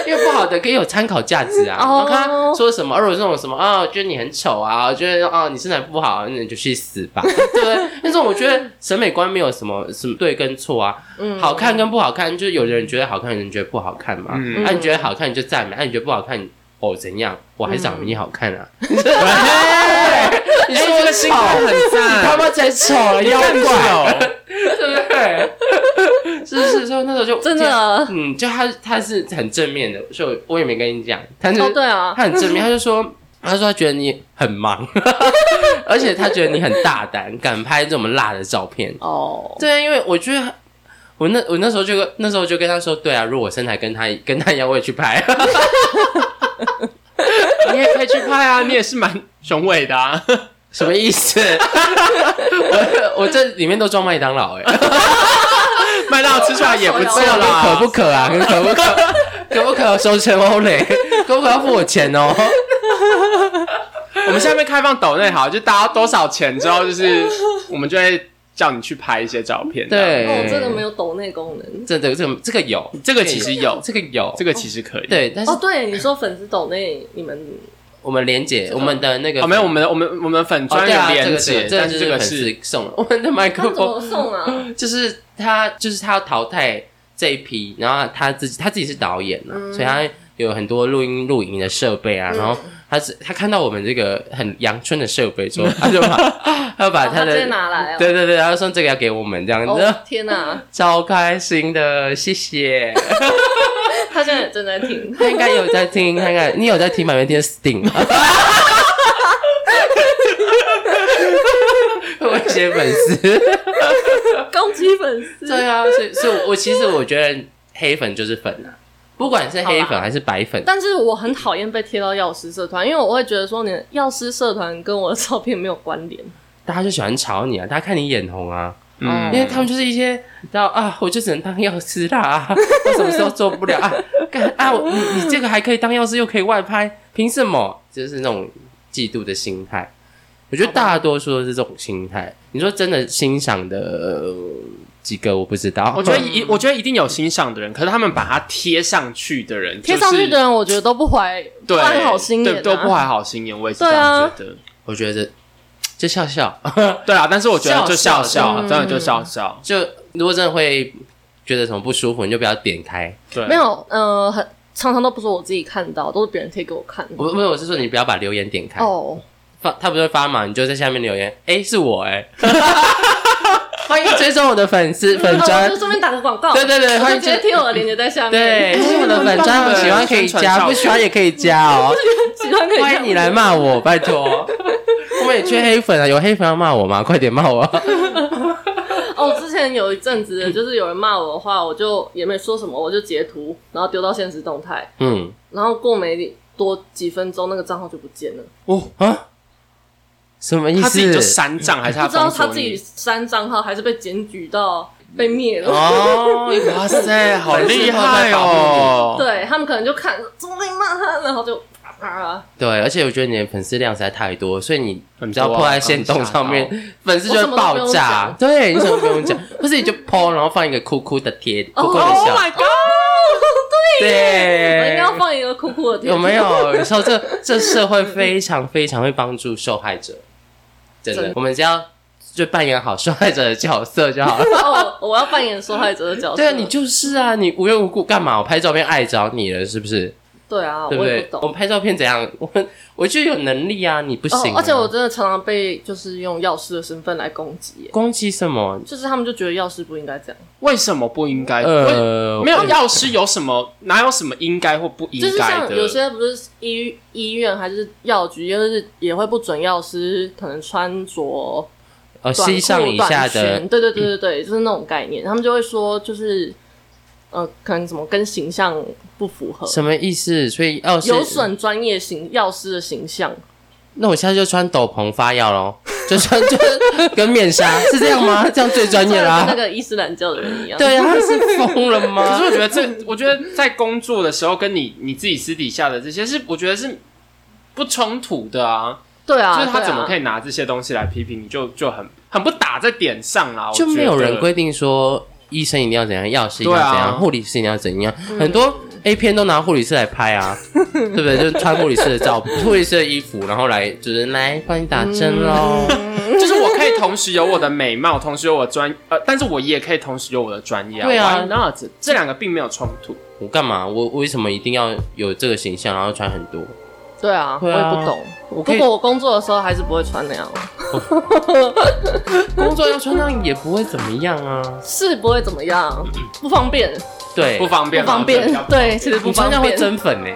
Speaker 1: 因为不好的可以有参考价值啊。
Speaker 2: 哦
Speaker 1: 我看他说什么，而我这种什么啊，觉得你很丑啊，觉得啊你身材不好，那你就去死吧， [LAUGHS] 对不对？那种我觉得审美观没有什么什么对跟错啊，
Speaker 2: 嗯
Speaker 1: 好看跟不好看，就是有的人觉得好看，有的人觉得不好看嘛。
Speaker 3: 嗯
Speaker 1: 啊，你觉得好看你就赞美，啊，你觉得不好看，哦怎样？我还是长得 [LAUGHS] 比你好看啊！
Speaker 3: 哎
Speaker 1: 你说我丑，
Speaker 3: 很
Speaker 1: 你他
Speaker 3: 赞，
Speaker 1: 妈才丑 [LAUGHS] 了，妖
Speaker 3: 更
Speaker 1: 怪，
Speaker 3: 丑，
Speaker 1: 对不对？哎 [LAUGHS] 是是，所以那时候就
Speaker 2: 真的啊
Speaker 1: 嗯，就他他是很正面的，所以我也没跟你讲，但是、
Speaker 2: 哦，对啊，
Speaker 1: 他很正面，他就说，他说他觉得你很忙， [LAUGHS] 而且他觉得你很大胆，敢拍这么辣的照片。
Speaker 2: 哦，
Speaker 1: 对啊，因为我觉得我那我那时候就跟那时候就跟他说，对啊，如果我身材跟他跟他一样，我也去拍。
Speaker 3: 你也可以去拍啊，你也是蛮雄伟的啊，
Speaker 1: [LAUGHS] 什么意思？ [LAUGHS] 我我这里面都装麦当劳哎、欸，
Speaker 3: 麦当劳吃出来也不
Speaker 1: [LAUGHS]
Speaker 3: 错
Speaker 1: 麦当劳可
Speaker 3: 啦，
Speaker 1: 不可啊？可不可？可不可收成欧蕾？可不可要付我钱哦？
Speaker 3: 我们下面开放抖内好，就大家多少钱之后，就是我们就会叫你去拍一些照片，这样
Speaker 1: 对，
Speaker 2: 哦，真的没有抖内功能。
Speaker 1: 这这这个这个有，
Speaker 3: 这个其实有，
Speaker 1: 这个有，
Speaker 3: 这个其实可以，
Speaker 1: 对，但是
Speaker 2: 哦，对，你说粉丝抖内，你们
Speaker 1: [LAUGHS] 我们连姐，我们的那个
Speaker 3: 哦，没有，我们的我们我们粉
Speaker 1: 哦
Speaker 3: 专
Speaker 1: 对啊
Speaker 3: 有
Speaker 1: 这
Speaker 3: 连
Speaker 1: 个这
Speaker 3: 接
Speaker 1: 个，这
Speaker 3: 但
Speaker 1: 个
Speaker 3: 是
Speaker 1: 就
Speaker 3: 这个
Speaker 1: 粉
Speaker 3: 是
Speaker 1: 丝送了我们的麦
Speaker 2: 他
Speaker 1: 克
Speaker 2: 怎么
Speaker 1: 风，[LAUGHS]
Speaker 2: 送啊？
Speaker 1: 就是他就是他要淘汰这一批，然后他自己他自己是导演啊，所以他有很多录音录影的设备啊，然后他是他看到我们这个很阳春的设备之后，他就把啊他就把
Speaker 2: 哦他直接
Speaker 1: 的。
Speaker 2: 拿来哦。
Speaker 1: 对对对，他就说这个要给我们这样子，
Speaker 2: 哦，天哪， [LAUGHS]
Speaker 1: 超开心的，谢谢。
Speaker 2: 他现在也正在
Speaker 1: [LAUGHS]
Speaker 2: 听。
Speaker 1: [LAUGHS] 他应该 [LAUGHS] 有在听，看看你有在听满月天 Sting 吗？ [LAUGHS] 我一些粉丝，
Speaker 2: 攻击粉丝。
Speaker 1: 对啊，所以所以我，我其实我觉得黑粉就是粉啊，不管是黑
Speaker 2: 好
Speaker 1: 粉
Speaker 2: 吧
Speaker 1: 还是白粉，
Speaker 2: 但是我很讨厌被贴到药师社团，因为我会觉得说你的药师社团跟我的照片没有关联。
Speaker 1: 大家就喜欢吵你啊，大家看你眼红啊，
Speaker 3: 嗯
Speaker 1: 因为他们就是一些，你知道啊，我就只能当药师啦、啊，我什么时候做不了啊？ [LAUGHS] 干啊，我你你这个还可以当药师，又可以外拍，凭什么？就是那种嫉妒的心态。我觉得大多数都是这种心态。你说真的欣赏的、呃几个我不知道，
Speaker 3: 我觉得一，我觉得一定有欣赏的人，可是他们把它贴上去的人，
Speaker 2: 贴上去的人，我觉得都不怀，
Speaker 3: 就是，
Speaker 2: 不
Speaker 3: 对，
Speaker 2: 怀好心眼、啊，
Speaker 3: 对，都不怀好心眼，我也是这
Speaker 1: 啊
Speaker 3: 样觉得。
Speaker 1: [LAUGHS] 我觉得就笑笑，
Speaker 3: 对啊，但是我觉得就笑
Speaker 1: 笑笑
Speaker 3: 笑，真的就笑笑。
Speaker 1: 就如果真的会觉得什么不舒服，你就不要点开。
Speaker 3: 对，
Speaker 2: 没有，呃，很常常都不是我自己看到，都是别人贴给我看的。
Speaker 1: 我不是，我是说你不要把留言点开。
Speaker 2: 哦，
Speaker 1: 发他不是会发嘛，你就在下面留言，哎、是我哎、欢迎追踪我的粉丝粉
Speaker 2: 我
Speaker 1: 砖
Speaker 2: 就，顺便打个广告，
Speaker 1: 对对对，
Speaker 2: 我
Speaker 1: 欢
Speaker 2: 就
Speaker 1: 迎
Speaker 2: 直接
Speaker 1: 追。
Speaker 2: 贴我的链接在下面。
Speaker 1: 对，这是我的粉砖，喜欢可以加，不喜欢也可以加哦。
Speaker 2: [LAUGHS] 喜欢可以
Speaker 1: 欢迎你来骂我，拜托。我们也缺黑粉啊，有黑粉要骂我吗？快点骂我！
Speaker 2: 哦。之前有一阵
Speaker 1: 嗯
Speaker 2: 子，就是有人骂我的话，我就也没说什么，我就截图，然后丢到现实动态，
Speaker 1: 嗯，
Speaker 2: 然后过没多几分钟，那个账号就不见了，
Speaker 3: 哦，
Speaker 1: 啊，什么意思？
Speaker 3: 他自己就删账还是他
Speaker 2: 不知道
Speaker 3: 封锁
Speaker 2: 他自己
Speaker 3: 你？
Speaker 2: 删账号还是被检举到被灭了。
Speaker 1: 哦，
Speaker 3: 哇塞，好厉
Speaker 1: 粉丝都在
Speaker 3: 害
Speaker 1: 保护
Speaker 3: 哦！
Speaker 2: 对他们可能就看怎么可以骂他，然后就啊，
Speaker 1: 对，而且我觉得你的粉丝量实在太多，所以你
Speaker 3: 很
Speaker 1: 你只
Speaker 3: 多啊
Speaker 1: 要破在线动上面
Speaker 3: 我刚，
Speaker 1: 粉丝就会爆炸。对，你什么不用讲，或是你就 po，然后放一个酷酷的贴，酷酷的笑。
Speaker 2: 哦 oh god！对，我应该
Speaker 1: 对，
Speaker 2: 要放一个酷酷的贴，
Speaker 1: 有没？有？你说这这社会非常非常会帮助受害者，真
Speaker 2: 真
Speaker 1: 的
Speaker 2: 的，
Speaker 1: 我们只要就扮演好受害者的角色就好了。
Speaker 2: [LAUGHS]
Speaker 1: [LAUGHS]
Speaker 2: 哦，我要扮演受害者的角色。
Speaker 1: 对啊，你就是啊，你无缘无故干嘛？我拍照片碍着你了，是不是？
Speaker 2: 对啊，
Speaker 1: 对
Speaker 2: 我也
Speaker 1: 对
Speaker 2: 不？
Speaker 1: 我
Speaker 2: 懂。哦
Speaker 1: 们拍照片怎样？我们我就有能力啊，你不行啊、
Speaker 2: 而且我真的常常被就是用药师的身份来攻击耶，
Speaker 1: 攻击什么？
Speaker 2: 就是他们就觉得药师不应该这样，
Speaker 3: 为什么不应该？为
Speaker 1: 呃，
Speaker 3: 没有
Speaker 1: 我
Speaker 3: 药师有什么？哪有什么应该或不应
Speaker 2: 就是
Speaker 3: 该
Speaker 2: 像有
Speaker 3: 的？
Speaker 2: 些不是医医院还是药局，就是也会不准药师可能穿着
Speaker 1: 呃，
Speaker 2: 短
Speaker 1: 膝上
Speaker 2: 裤
Speaker 1: 以下
Speaker 2: 短
Speaker 1: 的嗯
Speaker 2: 裙，对对对对对，就是那种概念，他们就会说就是呃，可能怎么跟形象不符合，
Speaker 1: 什么意思？所以哦要是
Speaker 2: 有，损专业形药师的形象。
Speaker 1: 那我下次就穿斗篷发药喽， [LAUGHS] 就穿就跟面纱是这样
Speaker 2: [LAUGHS]
Speaker 1: 吗？这样最专业
Speaker 2: 跟那
Speaker 1: 啦。
Speaker 2: 个伊斯兰教的人一
Speaker 1: [LAUGHS]
Speaker 2: 样。，
Speaker 1: 对啊，是疯了
Speaker 2: [LAUGHS]
Speaker 3: 可是
Speaker 1: 吗？
Speaker 3: 我觉得这，我觉得在工作的时候跟你你自己私底下的这些是，我觉得是不冲突的啊。
Speaker 2: 对啊，
Speaker 3: 就是他怎么可
Speaker 2: 以？
Speaker 3: 以拿这些东西来批评你就，就很很不打在点上啊啦。我
Speaker 1: 就没有
Speaker 3: 觉得
Speaker 1: 人规定说医生一定要怎样，药师一定要怎
Speaker 3: 对啊
Speaker 1: 样，护理师一定要怎样。
Speaker 2: 嗯
Speaker 1: 很多 A 片都拿护理师来拍
Speaker 2: [LAUGHS]
Speaker 1: 啊，对不对？就穿护理师的照， [LAUGHS] 护理师的衣服，然后来就是来帮你打针喽。
Speaker 2: 嗯
Speaker 3: [LAUGHS] 就是我可以同时有我的美貌，同时有我专呃，但是我也可以同时有我的专业、
Speaker 1: 对啊
Speaker 3: Why not？这两个并没有冲突。
Speaker 1: 我干嘛？我我为什么一定要有这个形象，然后穿很多？
Speaker 2: 对啊，我
Speaker 1: 对
Speaker 2: 也
Speaker 1: 啊
Speaker 2: 不懂。
Speaker 1: 我可
Speaker 2: 不
Speaker 1: 以
Speaker 2: 过我工作的时候还是不会穿那样，
Speaker 1: 工作要穿那样也不会怎么样 [LAUGHS] 啊。
Speaker 2: 是不会怎么样，不方便，
Speaker 1: 对，
Speaker 3: 不方便啊
Speaker 2: 不
Speaker 3: 吗，
Speaker 2: 方便
Speaker 3: 比较。
Speaker 2: 对，其实不
Speaker 1: 你穿
Speaker 2: 方
Speaker 1: 这样会
Speaker 2: 便。
Speaker 1: 增粉呢、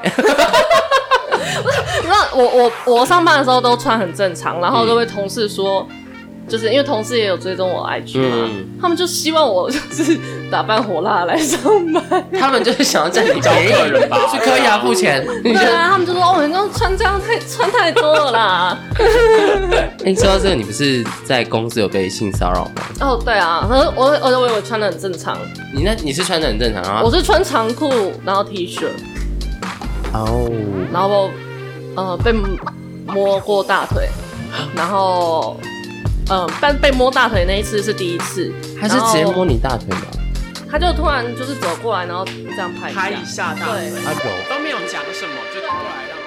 Speaker 2: 那我我我上班的时候都穿很正常，然后就被同事说，就是因为同事也有追踪我 IG 嘛
Speaker 1: 嗯，
Speaker 2: 他们就希望我就是打扮火辣来上班。
Speaker 1: [LAUGHS] 他们就是想要占你
Speaker 3: 招
Speaker 1: 便
Speaker 3: 客
Speaker 1: 宜，
Speaker 3: 人吧，
Speaker 1: [LAUGHS] 去磕牙付 [LAUGHS] 钱。你
Speaker 2: 对
Speaker 1: 就
Speaker 2: 啊，他们就说哦，你这样穿这样太穿太多了啦。 [LAUGHS]
Speaker 1: 哎，说到这个，你不是在公司有被性骚扰吗？
Speaker 2: 哦，对啊，可是我我我以为穿的很正常，
Speaker 1: 你那你是穿的很正常啊
Speaker 2: 我？是穿长裤，然后 T 恤，
Speaker 1: 哦，
Speaker 2: 然后呃被摸过大腿，
Speaker 1: 啊
Speaker 2: 然后嗯、呃，但被摸大腿那一次是第一次，
Speaker 1: 他是直接摸你大腿吗？
Speaker 2: 然后他就突然就是走过来，然后这样拍一下
Speaker 3: 拍一下大腿
Speaker 2: 对
Speaker 1: 啊有。
Speaker 3: 都没有讲什么，就过来让。